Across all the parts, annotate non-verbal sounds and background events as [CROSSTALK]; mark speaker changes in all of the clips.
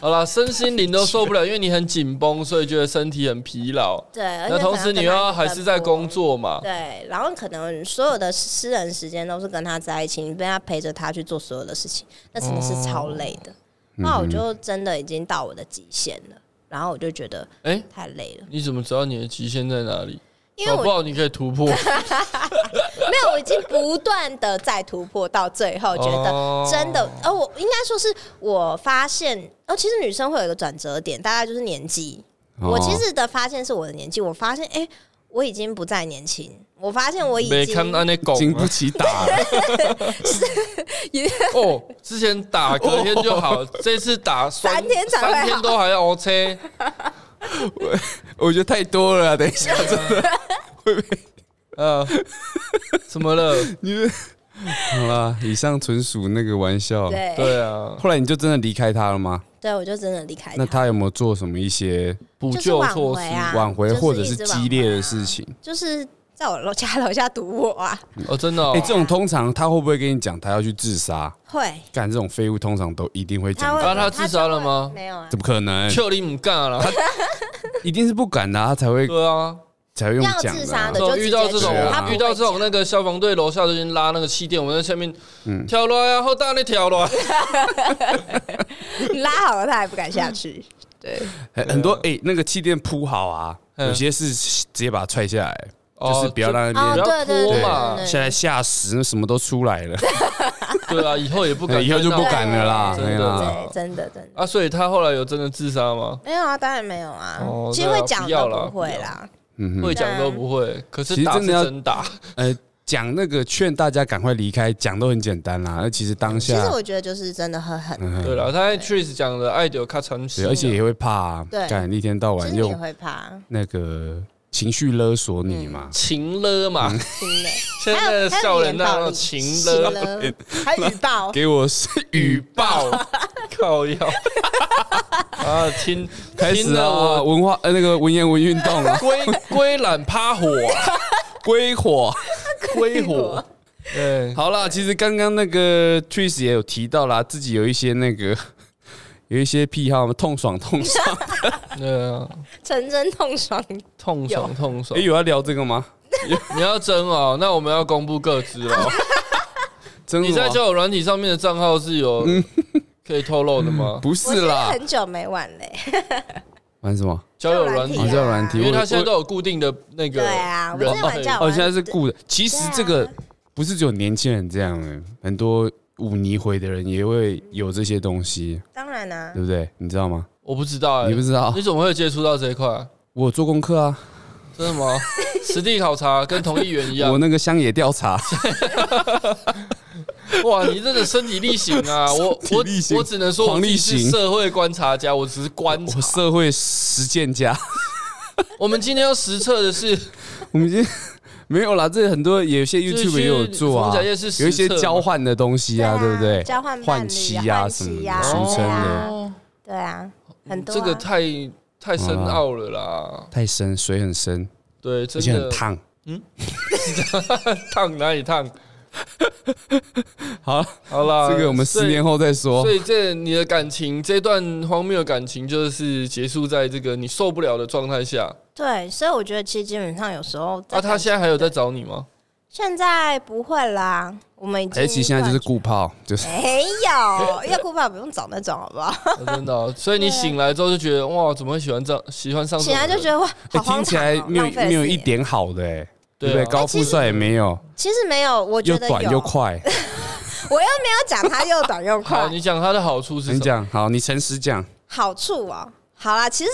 Speaker 1: 好了，身心灵都受不了，因为你很紧绷，所以觉得身体很疲劳。
Speaker 2: 对，而且
Speaker 1: 那同
Speaker 2: 可能
Speaker 1: 时你
Speaker 2: 跟他
Speaker 1: 又
Speaker 2: 一起
Speaker 1: 还是在
Speaker 2: 奔波
Speaker 1: 工。作嘛，
Speaker 2: 对，然后可能所有的私人时间都是跟他在一起，你被他陪着他去做所有的事情，那真的是超累
Speaker 1: 哦
Speaker 2: 的。那我就真的已经到我的极限了，然后我就觉得
Speaker 1: 哎
Speaker 2: 太累了，
Speaker 1: 你怎么知道你的极限在哪里？
Speaker 2: 因为
Speaker 1: 搞
Speaker 2: 我
Speaker 1: 不好你可以突
Speaker 2: [LAUGHS]
Speaker 1: 破。
Speaker 2: 没有，我已经不断的在突破，到最后觉
Speaker 1: 哦
Speaker 2: 得真的，呃，我应该说是我发现，哦，其实女生会有一个转折点，大概就是年纪。
Speaker 1: 哦
Speaker 2: 我其实的发现是我的年纪，我发现，哎、我已经不再年轻，我发现我已
Speaker 1: 没
Speaker 2: 经
Speaker 1: 看到那狗
Speaker 3: 经不
Speaker 2: [LAUGHS]
Speaker 3: 起打了，
Speaker 1: 哦，之前打隔天就好，这次打酸
Speaker 2: 三天才会好
Speaker 1: 三天都还 OK。
Speaker 3: 我觉得太多了啊。 [LAUGHS] 等一下，真的会被
Speaker 1: 呃，怎么了？
Speaker 3: 你们 [LAUGHS] 好啦，以上纯属那个玩笑。
Speaker 2: 对
Speaker 1: 对啊，
Speaker 3: 后来你就真的离开他了吗？
Speaker 2: 对，我就真的离开
Speaker 3: 那
Speaker 2: 他，
Speaker 3: 他有没有做什么一些
Speaker 1: 补
Speaker 2: 就是
Speaker 1: 救
Speaker 2: 挽
Speaker 1: 措
Speaker 2: 回
Speaker 1: 施
Speaker 2: 哎啊
Speaker 3: 挽回
Speaker 2: 就是
Speaker 3: 或者
Speaker 2: 一
Speaker 3: 是
Speaker 2: 直挽
Speaker 3: 激烈
Speaker 2: 回
Speaker 3: 的
Speaker 2: 啊
Speaker 3: 事情？
Speaker 2: 就是在我楼家楼下堵我啊，
Speaker 1: 哦，真的哦
Speaker 3: 哎，这种通常他会不会跟你讲他要去自杀？
Speaker 2: [LAUGHS] 会，
Speaker 3: 干这种废物通常都一定会
Speaker 2: 他
Speaker 3: 讲
Speaker 2: 会，
Speaker 3: 的，
Speaker 1: 啊他自杀了吗
Speaker 2: 就会没有啊
Speaker 3: 怎，么可能？
Speaker 1: 就你唔干了啦。
Speaker 3: 一定是不敢的啊，他才会
Speaker 1: 对啊，
Speaker 3: 才会用
Speaker 2: 要
Speaker 3: 讲
Speaker 2: 自
Speaker 3: 的啊
Speaker 2: 杀
Speaker 1: 这
Speaker 2: 的
Speaker 1: 种
Speaker 2: 就
Speaker 1: 哦遇到这
Speaker 2: 直接
Speaker 1: 种
Speaker 3: 对啊
Speaker 2: 他不会
Speaker 1: 遇到这种
Speaker 2: 讲
Speaker 1: 那个消防队楼下就先拉那个气垫，我们在下面
Speaker 3: 嗯
Speaker 1: 跳落啊，后大那跳落。
Speaker 2: [LAUGHS] 你拉好了，他还不敢下去。对，
Speaker 3: 很很多哎、欸那个气垫铺好啊，
Speaker 1: 嗯
Speaker 3: 有些是直接把它踹下来，
Speaker 1: 哦
Speaker 3: [LAUGHS] 就是不要让那
Speaker 1: 不要
Speaker 3: 边
Speaker 2: 哦对对
Speaker 1: 拖
Speaker 2: 对
Speaker 1: 嘛
Speaker 2: 对对
Speaker 3: 下来吓死，那什么都出来了，哎
Speaker 1: 对啊，以后也不敢，
Speaker 3: [LAUGHS] 以后就不敢了啦，哎
Speaker 1: 真
Speaker 3: 对
Speaker 1: 的
Speaker 3: 啦。
Speaker 2: 对，真的真的。
Speaker 1: 啊。所以他后来有真的自杀吗？
Speaker 2: 没有啊，当然没有啊。
Speaker 1: 哦
Speaker 2: 其实
Speaker 1: 对啊
Speaker 2: 会
Speaker 1: 不
Speaker 2: 讲
Speaker 1: 要
Speaker 2: 都
Speaker 1: 啦
Speaker 2: 不会啦。
Speaker 3: 嗯哼，
Speaker 1: 会讲都不会，
Speaker 2: 啊
Speaker 1: 可是
Speaker 3: 其实
Speaker 1: 打是
Speaker 3: 真的要
Speaker 1: 真打。
Speaker 3: 呃，讲那个劝大家赶快离开，讲都很简单啦，那其实当
Speaker 2: 其实
Speaker 3: 下，
Speaker 2: 我觉得就是真的很狠，
Speaker 3: 嗯
Speaker 1: 对
Speaker 3: 哼，
Speaker 1: 了，他 Tris 讲的爱丢卡传奇
Speaker 3: 对，，而且也会怕、啊
Speaker 2: 对，
Speaker 3: 干一天到
Speaker 2: 其
Speaker 3: 晚
Speaker 2: 实你也
Speaker 3: 用
Speaker 2: 会怕，
Speaker 3: 那个情绪勒索你嘛，
Speaker 2: 嗯
Speaker 1: 情了嘛，
Speaker 3: 嗯
Speaker 2: 真的。
Speaker 1: 现
Speaker 2: 还
Speaker 1: 在
Speaker 2: 有
Speaker 1: 的笑人那
Speaker 2: 还有
Speaker 1: 种
Speaker 2: 语
Speaker 1: 情
Speaker 2: 暴
Speaker 1: 了
Speaker 2: 力情勒还有语爆，
Speaker 3: 给 [LAUGHS] 我是
Speaker 1: 语
Speaker 3: 雨
Speaker 2: [LAUGHS]
Speaker 1: 爆，靠腰啊，听
Speaker 3: 开
Speaker 1: 听
Speaker 3: 始
Speaker 1: 了
Speaker 3: 啊，
Speaker 1: 我，
Speaker 3: 文化呃那个文言文运动
Speaker 1: [LAUGHS]
Speaker 3: 啊
Speaker 1: 归归懒趴火，
Speaker 2: [LAUGHS]
Speaker 3: 归火。
Speaker 1: 归火，对，
Speaker 3: 好啦，其实刚刚那个 Tris 也有提到啦，自己有一些那个有一些癖好嘛，痛爽
Speaker 2: [LAUGHS]
Speaker 3: 痛爽。
Speaker 1: 对啊，
Speaker 2: 成真痛爽。
Speaker 1: 痛爽痛爽
Speaker 3: 哎、，有要聊这个吗？
Speaker 1: 你要争哦，那我们要公布各自哦。
Speaker 3: 真的
Speaker 1: 你
Speaker 3: 吗
Speaker 1: 在交友软体上面的账号是有
Speaker 3: 嗯
Speaker 1: [LAUGHS] 可以透露的
Speaker 3: [LAUGHS]
Speaker 1: 吗？
Speaker 3: 不
Speaker 2: 我
Speaker 3: 是
Speaker 2: 其实
Speaker 3: 啦，
Speaker 2: 很久没玩嘞。
Speaker 3: 玩什么？
Speaker 1: 交友软体
Speaker 3: 哦，
Speaker 2: 啊
Speaker 3: 叫软体，
Speaker 1: 因为
Speaker 3: 我
Speaker 1: 他现在
Speaker 3: 我
Speaker 1: 都有固定的那个
Speaker 2: 对啊我
Speaker 1: 人
Speaker 2: 之前玩
Speaker 1: 类
Speaker 2: 交友
Speaker 3: 哦，现在是固的。其实这个
Speaker 2: 对啊
Speaker 3: 不是只有年轻人这样、欸，很多五泥回的人也会有这些东西，
Speaker 2: 当然啊啦
Speaker 3: 对，不对？你知道吗？
Speaker 1: 我不知道哎、
Speaker 3: 你不知道
Speaker 1: 你？怎么会接触到这一块？
Speaker 3: 我有做功课啊，
Speaker 1: 真的吗？实地考察跟同议员一
Speaker 3: 我
Speaker 1: 样，
Speaker 3: 那个乡野调
Speaker 1: [LAUGHS]
Speaker 3: 查，
Speaker 1: 哇，你真的身体力行
Speaker 3: [LAUGHS]
Speaker 1: 啊！我
Speaker 3: 身体
Speaker 1: 我
Speaker 3: 力行
Speaker 1: 我只能说我
Speaker 3: 黄
Speaker 1: 自己
Speaker 3: 力
Speaker 1: 是
Speaker 3: 行
Speaker 1: 社会观察家，我只是观察
Speaker 3: 我。社会实
Speaker 1: [LAUGHS]
Speaker 3: 践家。
Speaker 1: 我们今天要实测的是，
Speaker 3: 我们已经没有啦，这很多有些
Speaker 1: 就是
Speaker 3: YouTube 也有做啊，
Speaker 1: 逢甲夜市实测
Speaker 3: 有一些交换的东西啊，
Speaker 2: 嘛
Speaker 3: 对不对？
Speaker 2: 交换伴侣
Speaker 3: 换妻啊
Speaker 2: 换
Speaker 3: 什么
Speaker 2: 妻
Speaker 3: 的，
Speaker 2: 啊
Speaker 3: 俗称的，
Speaker 1: 哦，
Speaker 2: 对啊，很多啊
Speaker 1: 这个太太深奥了啦。
Speaker 3: 太深，水很深，
Speaker 1: 对，
Speaker 3: 而
Speaker 1: 真
Speaker 3: 且
Speaker 1: 的
Speaker 3: 很烫。
Speaker 1: 烫哪里烫？
Speaker 3: 好，
Speaker 1: 好啦，
Speaker 3: 这个我们
Speaker 1: 所以
Speaker 3: 十年后再说
Speaker 1: 所。以这你的感情，这段荒谬的感情，就是结束在这个你受不了的状态下。
Speaker 2: 对，所以我觉得其实基本上有时候在
Speaker 1: 那、啊、他
Speaker 2: 感
Speaker 1: 现在还有在找你
Speaker 2: [LAUGHS]
Speaker 1: 吗？
Speaker 2: 现在不会啦，我们已经
Speaker 3: 哎，其实现在就是固炮，就是
Speaker 2: 没有，要顾爸不用找那种好
Speaker 3: [LAUGHS]
Speaker 2: 不好？
Speaker 1: 啊真的哦、所以你醒来之后就觉得哇，怎么会喜欢这样喜欢上这
Speaker 2: 醒
Speaker 1: 种人？
Speaker 2: 来就觉得哇，
Speaker 3: 哎
Speaker 2: 好
Speaker 3: 听
Speaker 2: 荒
Speaker 3: 起
Speaker 2: 唐
Speaker 3: 来
Speaker 2: 哦，
Speaker 3: 没有
Speaker 2: 浪费了
Speaker 3: 没有
Speaker 2: 四
Speaker 3: 一
Speaker 2: 年。
Speaker 3: 点好的，哎，对
Speaker 1: 对
Speaker 2: 哦
Speaker 3: 不
Speaker 1: 啊
Speaker 3: 对？高富帅也没有，
Speaker 2: 其实没有，我
Speaker 3: 又
Speaker 2: 觉得
Speaker 3: 短
Speaker 2: 有
Speaker 3: 又快。
Speaker 2: 我又没有讲它又短又
Speaker 1: 好，
Speaker 2: 快，
Speaker 3: [LAUGHS]
Speaker 1: 你讲他的好处是
Speaker 3: 你
Speaker 1: 什么？
Speaker 3: 讲好，你诚实讲，
Speaker 2: 好处哦。好啦，其实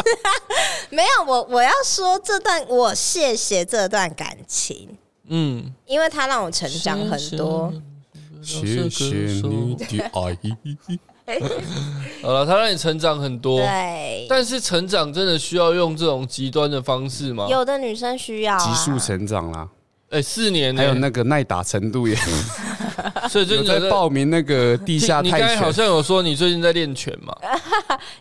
Speaker 2: [LAUGHS] 没有我，我要说这段，我谢谢这段感情，
Speaker 1: 嗯，
Speaker 2: 因为它让我成长很多。
Speaker 1: 啊
Speaker 3: 谢谢你的
Speaker 2: 啊
Speaker 3: 爱。
Speaker 1: 好了，他让你成长很多，
Speaker 2: 对，
Speaker 1: 但是成长真的需要用这种极端的方式吗？
Speaker 2: 有的女生需要、啊、
Speaker 3: 嗯急速成长啦，
Speaker 1: 哎、四年、欸，
Speaker 3: 还有那个耐打程度也
Speaker 1: 所以最
Speaker 3: [LAUGHS] 有
Speaker 1: 近
Speaker 3: 在报名那个地
Speaker 1: 一
Speaker 3: 下
Speaker 1: 你刚
Speaker 3: 泰
Speaker 1: 才好
Speaker 3: 拳。
Speaker 1: 像有说你最近在练拳嘛，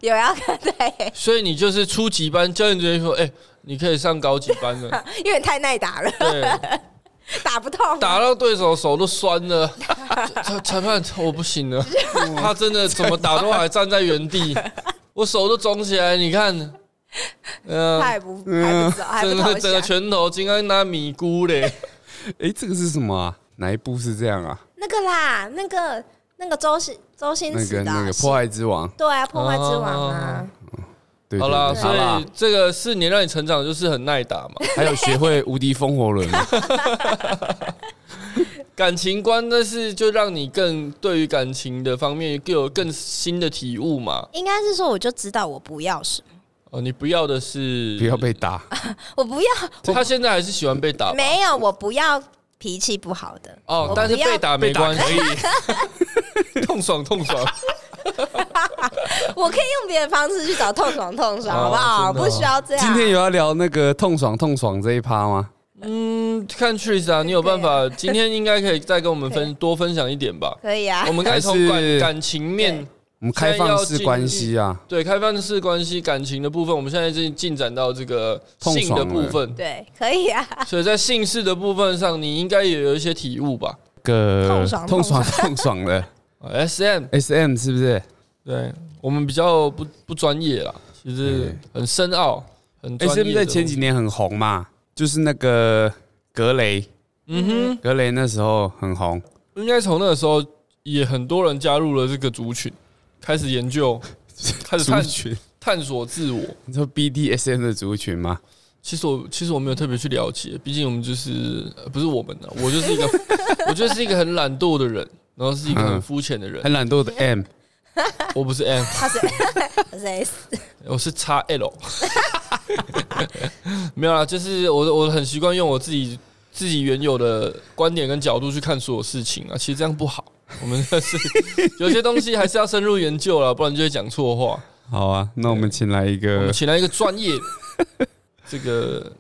Speaker 2: 有要看对，
Speaker 1: 所以你就是初
Speaker 2: [LAUGHS]
Speaker 1: 级班，教练直接说，哎、你可以上高级班了。
Speaker 2: 因为太耐打了。
Speaker 1: 对，
Speaker 2: 打不痛，
Speaker 1: 打到对手手都酸了， [LAUGHS] 裁裁判我不行了，
Speaker 3: 嗯
Speaker 1: 他真的怎么打都还站在原
Speaker 2: [LAUGHS]
Speaker 1: 地，我手都肿起来，你看，嗯、
Speaker 2: 他也不还
Speaker 3: 呃
Speaker 2: 不知道，
Speaker 3: 嗯
Speaker 2: 还不
Speaker 1: 整个
Speaker 2: 投
Speaker 1: 整个
Speaker 2: 降。
Speaker 1: 拳头金刚拿米糊嘞，
Speaker 3: 哎，这个是什么啊？哪一部是这样啊？
Speaker 2: 那个啦，那个那个周星周星
Speaker 3: 那
Speaker 2: 驰的
Speaker 3: 个那
Speaker 2: 啊
Speaker 3: 个
Speaker 2: 是
Speaker 3: 破坏哦之王，
Speaker 2: 对啊，破坏之王啊，
Speaker 3: 对，
Speaker 1: 好
Speaker 3: 对
Speaker 1: 啦，
Speaker 3: 对
Speaker 1: 所
Speaker 3: 好啦
Speaker 1: 以这个四年让你成长就是很耐打嘛，
Speaker 3: 还有学会无敌风火轮
Speaker 1: [LAUGHS]
Speaker 3: 嘛，
Speaker 1: 感情观但是就让你更对于感情的方面更有更新的体悟嘛。
Speaker 2: 应该是说我就知道我不要什么，
Speaker 1: 哦，你不要的是
Speaker 3: 不要被打。
Speaker 2: 我不要
Speaker 1: 他现在还是喜欢被打吧
Speaker 2: 没有，我不要脾气不好的，
Speaker 1: 哦
Speaker 2: 我，
Speaker 1: 但是
Speaker 2: 不要
Speaker 1: 被打没关系， [LAUGHS] 痛爽痛爽。
Speaker 2: 我可以用别的方式去找痛爽痛爽，
Speaker 1: 哦
Speaker 2: 好不好？
Speaker 1: 真的哦
Speaker 2: 不需要这样。
Speaker 3: 今天有要聊那个痛爽痛爽这一趴吗？
Speaker 1: 嗯，看 Tris 啊，你啊有办法，今天应该可以再跟我们分多分享一点吧。
Speaker 2: 可以啊
Speaker 1: 我，们开始
Speaker 3: 还
Speaker 1: 从
Speaker 3: 是
Speaker 1: 感感情面
Speaker 3: 我们开放式关系啊，
Speaker 1: 对开放式关系感情的部分，我们现在进进展到这个
Speaker 3: 痛
Speaker 1: 性的
Speaker 3: 爽
Speaker 1: 部
Speaker 3: 了
Speaker 1: 分，
Speaker 2: 对，可以啊， [LAUGHS]
Speaker 1: 所以在性事的部分上，你应该也有一些体悟吧
Speaker 3: 个
Speaker 2: 痛爽
Speaker 3: 痛爽痛爽的 [LAUGHS]
Speaker 1: 哦？S M，
Speaker 3: S M 是不是？
Speaker 1: 对我们比较不不专业啦，其实很深奥，很专
Speaker 3: S
Speaker 1: 业
Speaker 3: M
Speaker 1: 的
Speaker 3: 在前几年很红嘛，就是那个格雷，
Speaker 1: 嗯哼。
Speaker 3: 格雷那时候很红，
Speaker 1: 应该从那个时候也很多人加入了这个族群，开始研究，开始探
Speaker 3: 族群， [LAUGHS]
Speaker 1: 探索自我。
Speaker 3: 你说 B D S M 的族群吗？
Speaker 1: 其实我其实我没有特别去了解，毕竟我们就是呃不是我们呢、我就是一个我就是一个很懒惰的人，然后是一个很
Speaker 3: 嗯
Speaker 1: 肤浅的人。
Speaker 3: 很懒惰的 M，
Speaker 1: 我不是 M，
Speaker 2: 他是他是 S，
Speaker 1: 我是 x L。没有啦，就是我我很习惯用我自己自己原有的观点跟角度去看所有事情啊，其实这样不好。我们是有些东西还是要深入研究了，不然就会讲错话。
Speaker 3: 好啊，那我们请来一
Speaker 1: 我
Speaker 3: 个
Speaker 1: 们请来一个专
Speaker 3: [LAUGHS]
Speaker 1: 业，这个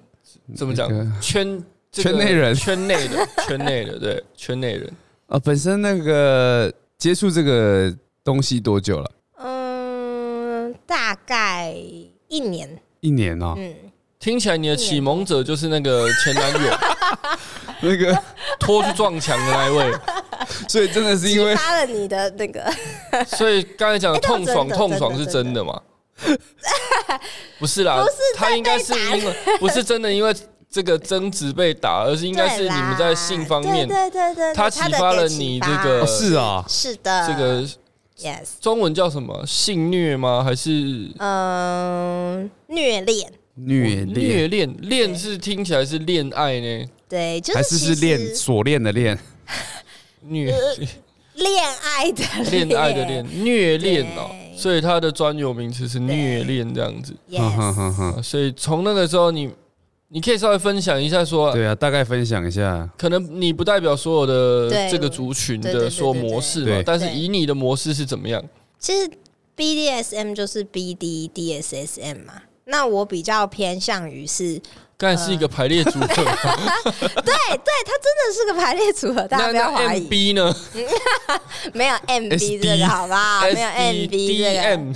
Speaker 1: 怎么讲
Speaker 3: 那个？
Speaker 1: 圈这个
Speaker 3: 圈内人
Speaker 1: 圈内的，圈内的，对，圈内人。
Speaker 3: 啊，本身那个接触这个东西多久了？
Speaker 2: 嗯，大概一年，
Speaker 3: 一年
Speaker 1: 啊
Speaker 3: 哦，
Speaker 2: 嗯，
Speaker 1: 听起来你的启蒙者就是那个前男友
Speaker 3: [LAUGHS] 那个，
Speaker 1: 拖去撞墙的那一位，
Speaker 2: [LAUGHS]
Speaker 3: 所以真的是因为
Speaker 2: 激发了你的那个，
Speaker 1: 所以刚才讲的
Speaker 2: 哎这
Speaker 1: 痛
Speaker 2: 样
Speaker 1: 爽
Speaker 2: 真的
Speaker 1: 痛爽
Speaker 2: 真
Speaker 1: 是
Speaker 2: 的
Speaker 1: 真的吗？ [LAUGHS] 不是啦，
Speaker 2: 不是
Speaker 1: 他应该是因
Speaker 2: [LAUGHS]
Speaker 1: 为不是真的因为这个争执被打，而是 [LAUGHS] 应该是你们在性方面，
Speaker 2: 对啦对对对对，
Speaker 1: 他启发了
Speaker 2: 的给
Speaker 1: 你
Speaker 2: 启发
Speaker 1: 这个
Speaker 3: 哦是啊，
Speaker 2: 是的，
Speaker 1: 这个
Speaker 2: yes，
Speaker 1: 中文叫什么性虐吗？还是
Speaker 2: 嗯，虐恋，
Speaker 3: 虐恋
Speaker 1: 虐恋，恋是听起来是恋爱呢，
Speaker 2: 对，就
Speaker 3: 还是
Speaker 2: 其
Speaker 3: 是
Speaker 2: 实
Speaker 3: 恋锁链的恋，
Speaker 1: 虐
Speaker 2: 呃恋爱的
Speaker 1: [LAUGHS] 恋爱的恋，虐恋哦，
Speaker 2: 对
Speaker 1: 所以它的专有名词是虐恋这样子。
Speaker 3: 嗯哼
Speaker 2: ，yes，
Speaker 3: 哼哼，
Speaker 1: 啊所以从那个时候你，你可以稍微分享一下说，
Speaker 3: [LAUGHS] 对啊，大概分享一下，
Speaker 1: 可能你不代表所有的
Speaker 2: 对
Speaker 1: 这个族群
Speaker 2: 对对
Speaker 1: 的
Speaker 2: 对
Speaker 1: 说模式嘛
Speaker 3: 对，
Speaker 1: 但是
Speaker 2: 对
Speaker 1: 以你的模式是怎么样？
Speaker 2: 其实 BDSM 就是 BDDSSM 嘛。那我比较偏向于是，
Speaker 1: 刚才是一个排列组合，
Speaker 2: 哎，对，它真的是个排列组合， [LAUGHS] 大
Speaker 1: 那
Speaker 2: 家不要
Speaker 1: 那
Speaker 2: 怀
Speaker 1: M
Speaker 2: 疑。
Speaker 1: B 呢
Speaker 2: 没有 MB 这个好不好？啊没有
Speaker 1: ？S
Speaker 2: MB
Speaker 1: D
Speaker 2: 这个，
Speaker 1: M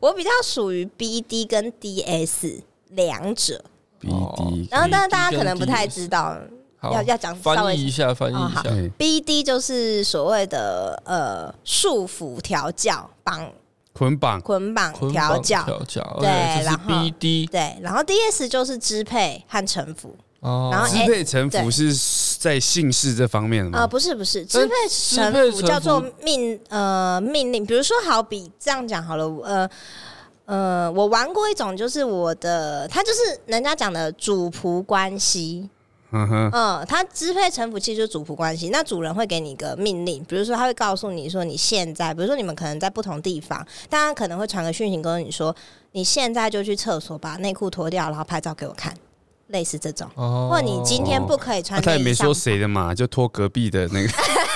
Speaker 2: 我比较属于 BD 跟 DS 两者。
Speaker 3: B
Speaker 1: 哦
Speaker 3: D，
Speaker 2: 然后，但是
Speaker 1: BD
Speaker 2: 大家可能
Speaker 1: 跟
Speaker 2: 不太
Speaker 1: DS
Speaker 2: 知道，
Speaker 1: 好
Speaker 2: 要要讲稍
Speaker 1: 翻
Speaker 2: 微
Speaker 1: 译一下，翻译
Speaker 2: 哦
Speaker 1: 一
Speaker 2: 好
Speaker 1: 下。
Speaker 3: 对
Speaker 2: BD 就是所谓的呃束缚调教、绑
Speaker 3: 捆绑
Speaker 2: 捆绑
Speaker 1: 捆
Speaker 2: 调
Speaker 1: 绑
Speaker 2: 教，
Speaker 1: 调教，
Speaker 2: 对
Speaker 1: OK，这是
Speaker 2: 然后
Speaker 1: B D
Speaker 2: 对。然后 DS 就是支配和臣服。
Speaker 1: 哦，
Speaker 2: 然后
Speaker 3: 支配臣服是在姓氏这方面的
Speaker 2: 啊，
Speaker 3: 吗？
Speaker 2: 不是不是，
Speaker 1: 但
Speaker 2: 支配
Speaker 1: 支
Speaker 2: 臣
Speaker 1: 配
Speaker 2: 服
Speaker 1: 臣
Speaker 2: 叫做
Speaker 1: 服
Speaker 2: 命呃命令，比如说好比这样讲好了，呃呃，我玩过一种，就是我的，它就是人家讲的主仆关系，
Speaker 3: 嗯哼，
Speaker 2: 嗯，它支配臣服其实就是主仆关系。那主人会给你一个命令，比如说他会告诉你说你现在，比如说你们可能在不同地方，但他可能会传个讯息跟你说，你现在就去厕所把内裤脱掉，然后拍照给我看，类似这种。
Speaker 1: 哦
Speaker 2: 或你今天不可以
Speaker 3: 啊
Speaker 2: 穿内衣上、
Speaker 3: 他也没说谁的嘛，就拖隔壁的那个，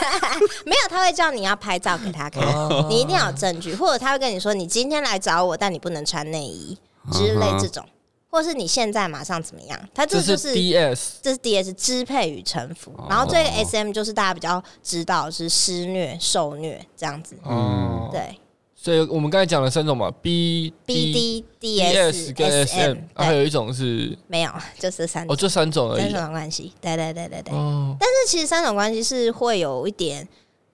Speaker 3: [LAUGHS]
Speaker 2: 没有，他会叫你要拍照给他看，
Speaker 1: 哦
Speaker 2: 你一定要有证据，或者他会跟你说你今天来找我，但你不能穿内衣
Speaker 1: 嗯
Speaker 2: 之类这种，或是你现在马上怎么样？他这
Speaker 1: 这
Speaker 2: 就是是
Speaker 1: D S
Speaker 2: 这是 D S 支配与臣服，
Speaker 1: 哦
Speaker 2: 然后这个
Speaker 3: 嗯
Speaker 2: S M 就是大家比较知道是施虐、受虐这样子，
Speaker 1: 哦，
Speaker 2: 对，
Speaker 1: 所以我们刚才讲了三种嘛，B、
Speaker 2: B、D、D、
Speaker 1: S 跟 S M，啊
Speaker 2: M，
Speaker 1: 还
Speaker 2: 对，
Speaker 1: 有一种是
Speaker 2: 没有，就这三
Speaker 1: 哦，
Speaker 2: 种，
Speaker 1: 就三种而
Speaker 2: 三
Speaker 1: 已啊。
Speaker 2: 种关系，对对对对对。
Speaker 1: 哦，
Speaker 2: 但是其实三种关系是会有一点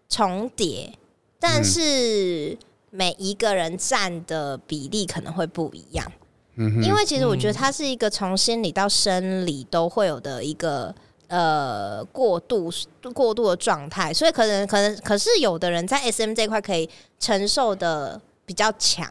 Speaker 2: 重叠，
Speaker 1: 嗯
Speaker 2: 但是每一个人占的比例可能会不一样。
Speaker 3: 嗯哼
Speaker 2: 因为其实我觉得它是一个从心理到生理都会有的一个呃过度过度的状态，所以可能可能可是有的人在 S M 这一块可以承受的比较强，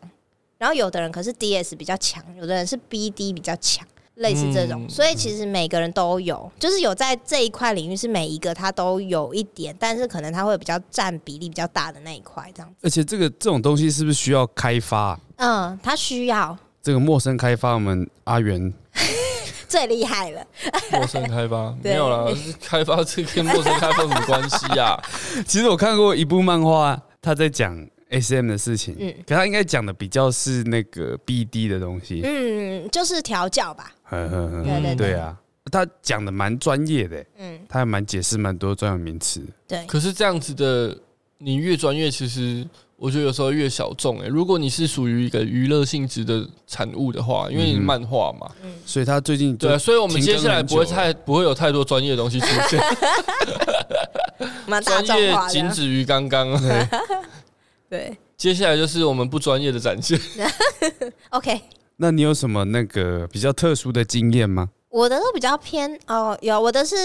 Speaker 2: 然后有的人可是 D S 比较强，有的人是 B D 比较强。类似这种，
Speaker 1: 嗯
Speaker 2: 所以其实每个人都有，就是有在这一块领域是每一个他都有一点，但是可能他会比较占比例比较大的那一块，这样。
Speaker 3: 而且这个这种东西是不是需要开发啊、
Speaker 2: 嗯，他需要
Speaker 3: 这个陌生开发，我们阿元 [LAUGHS]
Speaker 2: 最厉害了，
Speaker 1: 陌生开发
Speaker 2: 对
Speaker 1: 没有啦，是开发这跟陌生开发有什么关系啊呀？
Speaker 3: 其实我看过一部漫画，他在讲 S M 的事情，
Speaker 2: 嗯
Speaker 3: 可他应该讲的比较是那个 B D 的东西，
Speaker 2: 嗯，就是调教吧，
Speaker 3: 嗯嗯
Speaker 2: 对对对
Speaker 3: 对啊，他讲的蛮专业的，欸
Speaker 2: 嗯，
Speaker 3: 他还蛮解释蛮多专有名词，
Speaker 2: [LAUGHS] 对，
Speaker 1: 可是这样子的，你越专业，其实我觉得有时候越小众哎、如果你是属于一个娱乐性质的产物的话，因为你
Speaker 3: 嗯哼
Speaker 1: 漫画嘛，
Speaker 2: 嗯，
Speaker 3: 所以他最近就
Speaker 1: 对啊，所以我们接下来不会
Speaker 3: 停更
Speaker 1: 太不会有太多专业的东西出现，
Speaker 2: 蛮大
Speaker 1: 专
Speaker 2: 众
Speaker 1: 业
Speaker 2: 化
Speaker 1: 仅
Speaker 2: 的，
Speaker 1: 止于刚刚。
Speaker 2: 对
Speaker 1: [LAUGHS] 接下来就是我们不专业的展现。
Speaker 2: ，OK。
Speaker 3: 那你有什么那个比较特殊的经验吗？
Speaker 2: 我的都比较偏哦，有我的是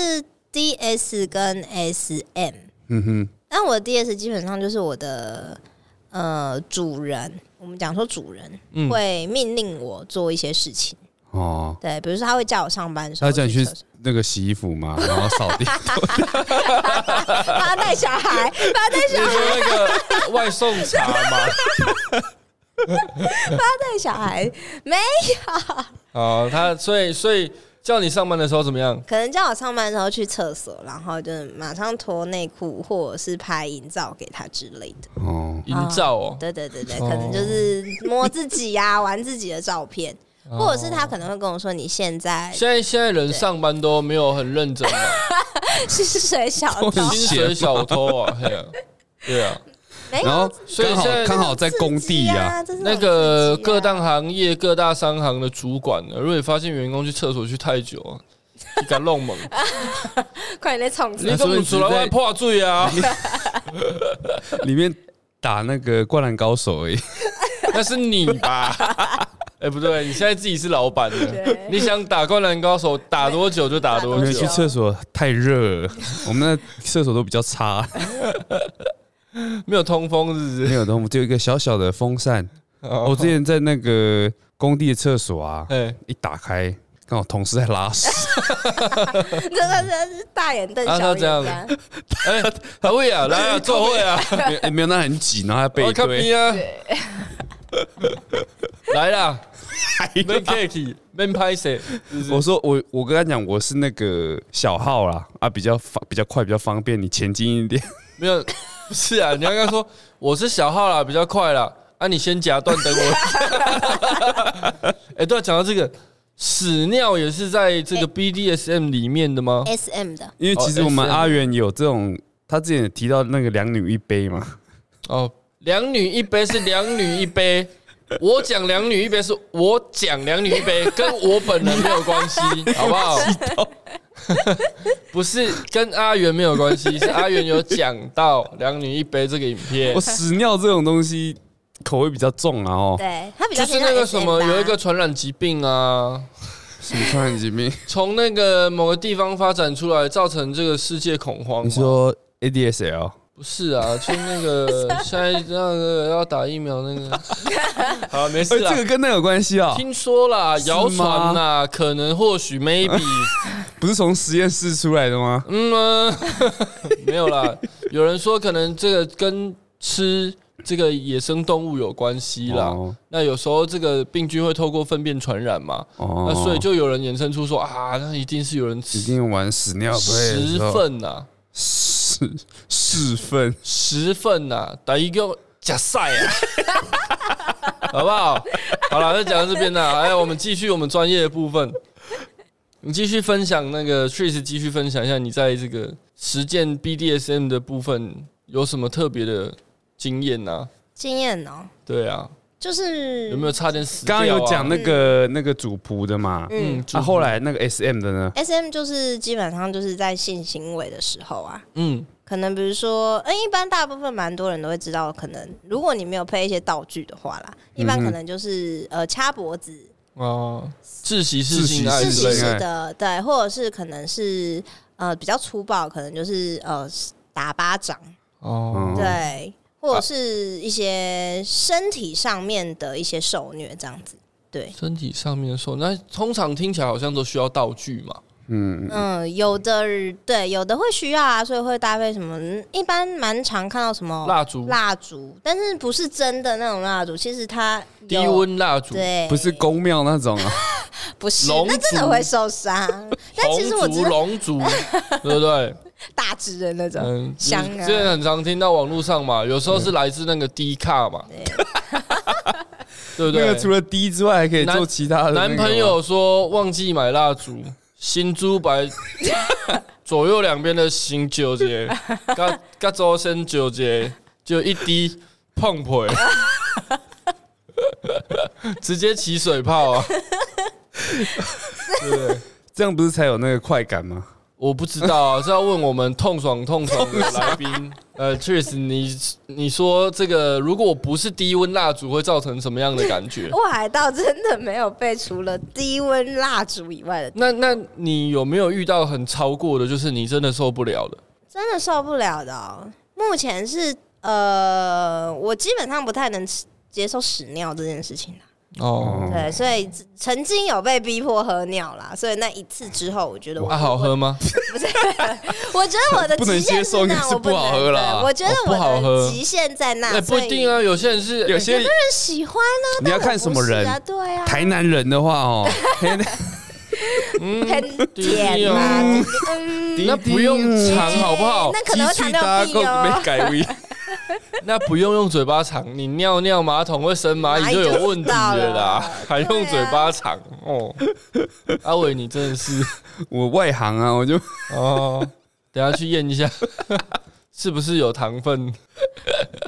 Speaker 2: DS 跟 SM，
Speaker 3: 嗯哼，
Speaker 2: 但我的 DS 基本上就是我的呃主人，我们讲说主人、
Speaker 1: 嗯，
Speaker 2: 会命令我做一些事情，
Speaker 3: 哦，
Speaker 2: 对，比如说他会叫我上班的时候
Speaker 3: 他叫你
Speaker 2: 去
Speaker 3: 去
Speaker 2: 厕所，
Speaker 3: 那个洗衣服嘛， [LAUGHS] 然后扫地，
Speaker 2: 他带小孩，他带
Speaker 1: 就是那个外送茶 [LAUGHS] 嘛。
Speaker 2: 带小孩，
Speaker 1: 啊，他所以所以叫你上班的时候怎么样？
Speaker 2: 可能叫我上班的时候去厕所，然后就马上脱内裤或者是拍营造给他之类的。
Speaker 3: 哦，
Speaker 1: 营造哦，
Speaker 2: 对对对对，
Speaker 1: 哦
Speaker 2: 可能就是摸自己呀、玩自己的照片，
Speaker 1: [LAUGHS] 哦
Speaker 2: 或者是他可能会跟我说：“你现在
Speaker 1: 现在现在人上班都没有很认真嘛，
Speaker 2: 是 [LAUGHS] 水小偷
Speaker 3: 都很
Speaker 1: 薪水小偷啊，嘿啊，对啊，？”
Speaker 2: 没
Speaker 3: 然
Speaker 2: 有
Speaker 3: 后，
Speaker 1: [LAUGHS] 所以
Speaker 3: 刚好
Speaker 1: 现在
Speaker 3: 刚好在工地呀、
Speaker 2: 啊，这是
Speaker 1: 那个
Speaker 2: 很刺激啊
Speaker 1: 各大行业、各大商行的主管呢，如果你发现员工去厕所去太久啊，你敢弄猛，
Speaker 2: 快点冲刺
Speaker 1: 你怎么出来外破罪啊？
Speaker 3: 里面打那个灌篮高手而已，
Speaker 1: 那是你吧？ [LAUGHS] 哎，不对，你现在自己是老板的
Speaker 2: 对，
Speaker 1: 你想打灌篮高手，打多久就打多
Speaker 3: 因为
Speaker 1: 久
Speaker 3: 去。厕所太热了，我们那厕所都比较差，
Speaker 1: 没有通风是不
Speaker 3: 没
Speaker 1: 是？
Speaker 3: 有的，我们只有一个小小的风扇。我之前在那个工地的厕所啊，
Speaker 1: 哎，
Speaker 3: 一打开，刚好同事在拉屎，
Speaker 2: 真 [LAUGHS] 的真的是大眼瞪
Speaker 1: 啊他
Speaker 2: 小
Speaker 1: 这样
Speaker 2: 眼啊，
Speaker 1: 哎，阿伟啊，来啊，坐会啊，
Speaker 3: 没有没有那很挤，然后还背
Speaker 1: 我看
Speaker 3: 对，
Speaker 1: 边啊，来啦，免客气，免拍谁，
Speaker 3: 我说我我跟他讲，我是那个小号啦，啊，比较方比较快，比较方便，你前进一点。
Speaker 1: 没有，不是啊，你刚刚说我是小号啦，比较快啦，啊，你先夹断等我。 [LAUGHS] 哎，对啊，讲到这个屎尿也是在这个 BDSM 里面的吗？
Speaker 2: S M 的
Speaker 3: 因为其实我们
Speaker 1: 哦，SM
Speaker 3: 阿元有这种，他之前也提到那个两女一
Speaker 1: [LAUGHS]
Speaker 3: 杯嘛，
Speaker 1: 哦，两女一杯是两女一杯。我讲两女一杯是我讲两女一杯，
Speaker 3: [LAUGHS]
Speaker 1: 跟我本人没有关系，好不好？不是跟阿元没有关系，是阿元有讲到两女一杯这个影片
Speaker 3: 我，屎尿这种东西口味比较重啊，哦，
Speaker 2: 对他比较
Speaker 1: 就是
Speaker 2: 偏
Speaker 1: 那
Speaker 2: 向
Speaker 1: 个什么
Speaker 2: SM 吧
Speaker 1: 有一个传染疾病啊，
Speaker 3: 什么传染疾病？
Speaker 1: 从那个某个地方发展出来，造成这个世界恐慌嘛。
Speaker 3: 你说 ADSL
Speaker 1: 不是啊？就那
Speaker 3: [LAUGHS]
Speaker 1: 个现在那个要打疫苗那个，好没
Speaker 3: 哎，
Speaker 1: 事啦
Speaker 3: 这。个跟那有关系啊？
Speaker 1: 听说啦，
Speaker 3: 是
Speaker 1: 谣传啦，可能或许
Speaker 3: [LAUGHS]
Speaker 1: maybe，
Speaker 3: 不是从实验室出来的吗？
Speaker 1: 嗯、呃 [LAUGHS] 没有啦。有人说可能这个跟吃这个野生动物有关系啦。
Speaker 3: 哦
Speaker 1: 那有时候这个病菌会透过粪便传染嘛，
Speaker 3: 哦
Speaker 1: 那所以就有人衍生出说啊，那一定是有人
Speaker 3: 一
Speaker 1: 吃
Speaker 3: 定玩屎尿
Speaker 1: 十份呐、
Speaker 3: 屎 [LAUGHS] 屎粪，
Speaker 1: 十份呐、打一个假赛啊， [LAUGHS] 好不好？好了，就讲到这边啦。哎，我们继续我们专业的部分，你继续分享那个 Trace，继续分享一下你在这个实践 BDSM 的部分有什么特别的经验呐、
Speaker 2: 经验哦，
Speaker 1: 对啊，
Speaker 2: 就是
Speaker 1: 有没有差点死掉
Speaker 3: 刚
Speaker 1: 啊？
Speaker 3: 刚有讲那个那个主仆的嘛，
Speaker 1: 嗯，主
Speaker 3: 啊，后来那个 SM 的呢？
Speaker 2: S M 就是基本上就是在性行为的时候啊，
Speaker 1: 嗯，
Speaker 2: 可能比如说，嗯，一般大部分蛮多人都会知道，可能如果你没有配一些道具的话啦，一般可能就是、呃掐脖子、
Speaker 1: 哦，窒息啊式
Speaker 3: 窒息
Speaker 1: 性爱
Speaker 2: 是
Speaker 3: 式
Speaker 1: 之
Speaker 2: 形
Speaker 1: 类
Speaker 3: 性
Speaker 1: 的，
Speaker 2: 式的，对，或者是可能是呃比较粗暴，可能就是呃打巴掌，
Speaker 1: 哦，
Speaker 3: 嗯
Speaker 2: 对，或者是一些身体上面的一些受虐这样子，对，
Speaker 1: 身体上面的受，那通常听起来好像都需要道具嘛，
Speaker 3: 嗯，
Speaker 2: 嗯，有的对，有的会需要啊，所以会搭配什么，嗯一般蛮常看到什么
Speaker 1: 蜡烛、
Speaker 2: 哦蜡烛，但是不是真的那种蜡烛，其实它有
Speaker 1: 低温蜡烛、
Speaker 2: 对，
Speaker 3: 不是宫庙那种啊，
Speaker 2: 不是，
Speaker 1: 龙
Speaker 2: 那真的
Speaker 1: 族
Speaker 2: 会受
Speaker 3: [LAUGHS]
Speaker 2: 伤。但
Speaker 1: 红
Speaker 2: 其实我
Speaker 1: 烛、
Speaker 2: 知道
Speaker 1: 龙烛， [LAUGHS] 对不对？
Speaker 2: 大直人那种，
Speaker 1: 嗯，
Speaker 2: 香
Speaker 1: 之
Speaker 2: 啊
Speaker 1: 前很常听到网络上嘛，有时候是来自那个低卡嘛， [LAUGHS] 对不
Speaker 3: 那个除
Speaker 1: 对？
Speaker 3: 了低之外，还可以做其他的那个吗。
Speaker 1: 男朋友说忘记买蜡烛，新珠白左右两边的心纠结，嘎嘎周身纠结，就一滴碰腿， [LAUGHS] 直接起水泡啊！对不对？
Speaker 3: 这样不是才有那个快感吗？
Speaker 1: 我不知道啊，是要问我们痛爽痛爽的来宾。 [LAUGHS] 呃，Cheers，你你说这个如果不是低温蜡烛会造成什么样的感
Speaker 2: [LAUGHS]
Speaker 1: 觉？
Speaker 2: 我海盗真的没有被除了低温蜡烛以外的，
Speaker 1: 那那你有没有遇到很超过的，就是你真的受不了的？
Speaker 2: 真的受不了的哦、目前是呃，我基本上不太能吃接受屎尿这件事情啦
Speaker 3: 嗯
Speaker 1: 哦，
Speaker 2: 对，所以曾经有被逼迫喝尿啦，所以那一次之后，我觉得我
Speaker 1: 啊，好喝吗？
Speaker 2: 我觉得我的
Speaker 3: [LAUGHS] 不能
Speaker 2: 极限
Speaker 3: 接受
Speaker 2: 是
Speaker 3: 应该
Speaker 2: 那，
Speaker 3: 是
Speaker 2: 我
Speaker 3: 不好喝啦
Speaker 2: 能对我觉得
Speaker 1: 哦不好
Speaker 2: 我
Speaker 1: 喝
Speaker 2: 的极限在那，
Speaker 3: 哎
Speaker 1: 那不一定
Speaker 2: 啊。
Speaker 1: 啊，有些人是
Speaker 3: 有些
Speaker 2: 但喜欢啊，
Speaker 3: 你要
Speaker 2: 但我
Speaker 3: 看什么人
Speaker 2: 不是啊？对啊，
Speaker 3: 台南人的话哦，嗯
Speaker 2: 嗯很
Speaker 1: 低
Speaker 2: 甜啊，
Speaker 1: 哦
Speaker 2: 嗯，
Speaker 1: 那不用尝好不好？
Speaker 2: 那可能会
Speaker 3: 鸡翅
Speaker 2: 弹
Speaker 3: 搭
Speaker 2: 到
Speaker 3: 够
Speaker 2: 屁哦
Speaker 3: 没。改味，
Speaker 1: [LAUGHS] 那不用用嘴巴尝，你尿尿马桶会生蚂蚁就有问题了啦，还
Speaker 2: 蚂蚁就知道
Speaker 1: 用
Speaker 2: 了
Speaker 1: 嘴巴尝哦。
Speaker 3: 啊
Speaker 1: 阿伟，你真的是。
Speaker 3: 我外行啊，我就
Speaker 1: 哦，等下去验一 [LAUGHS] 下，是不是有糖分？ [LAUGHS]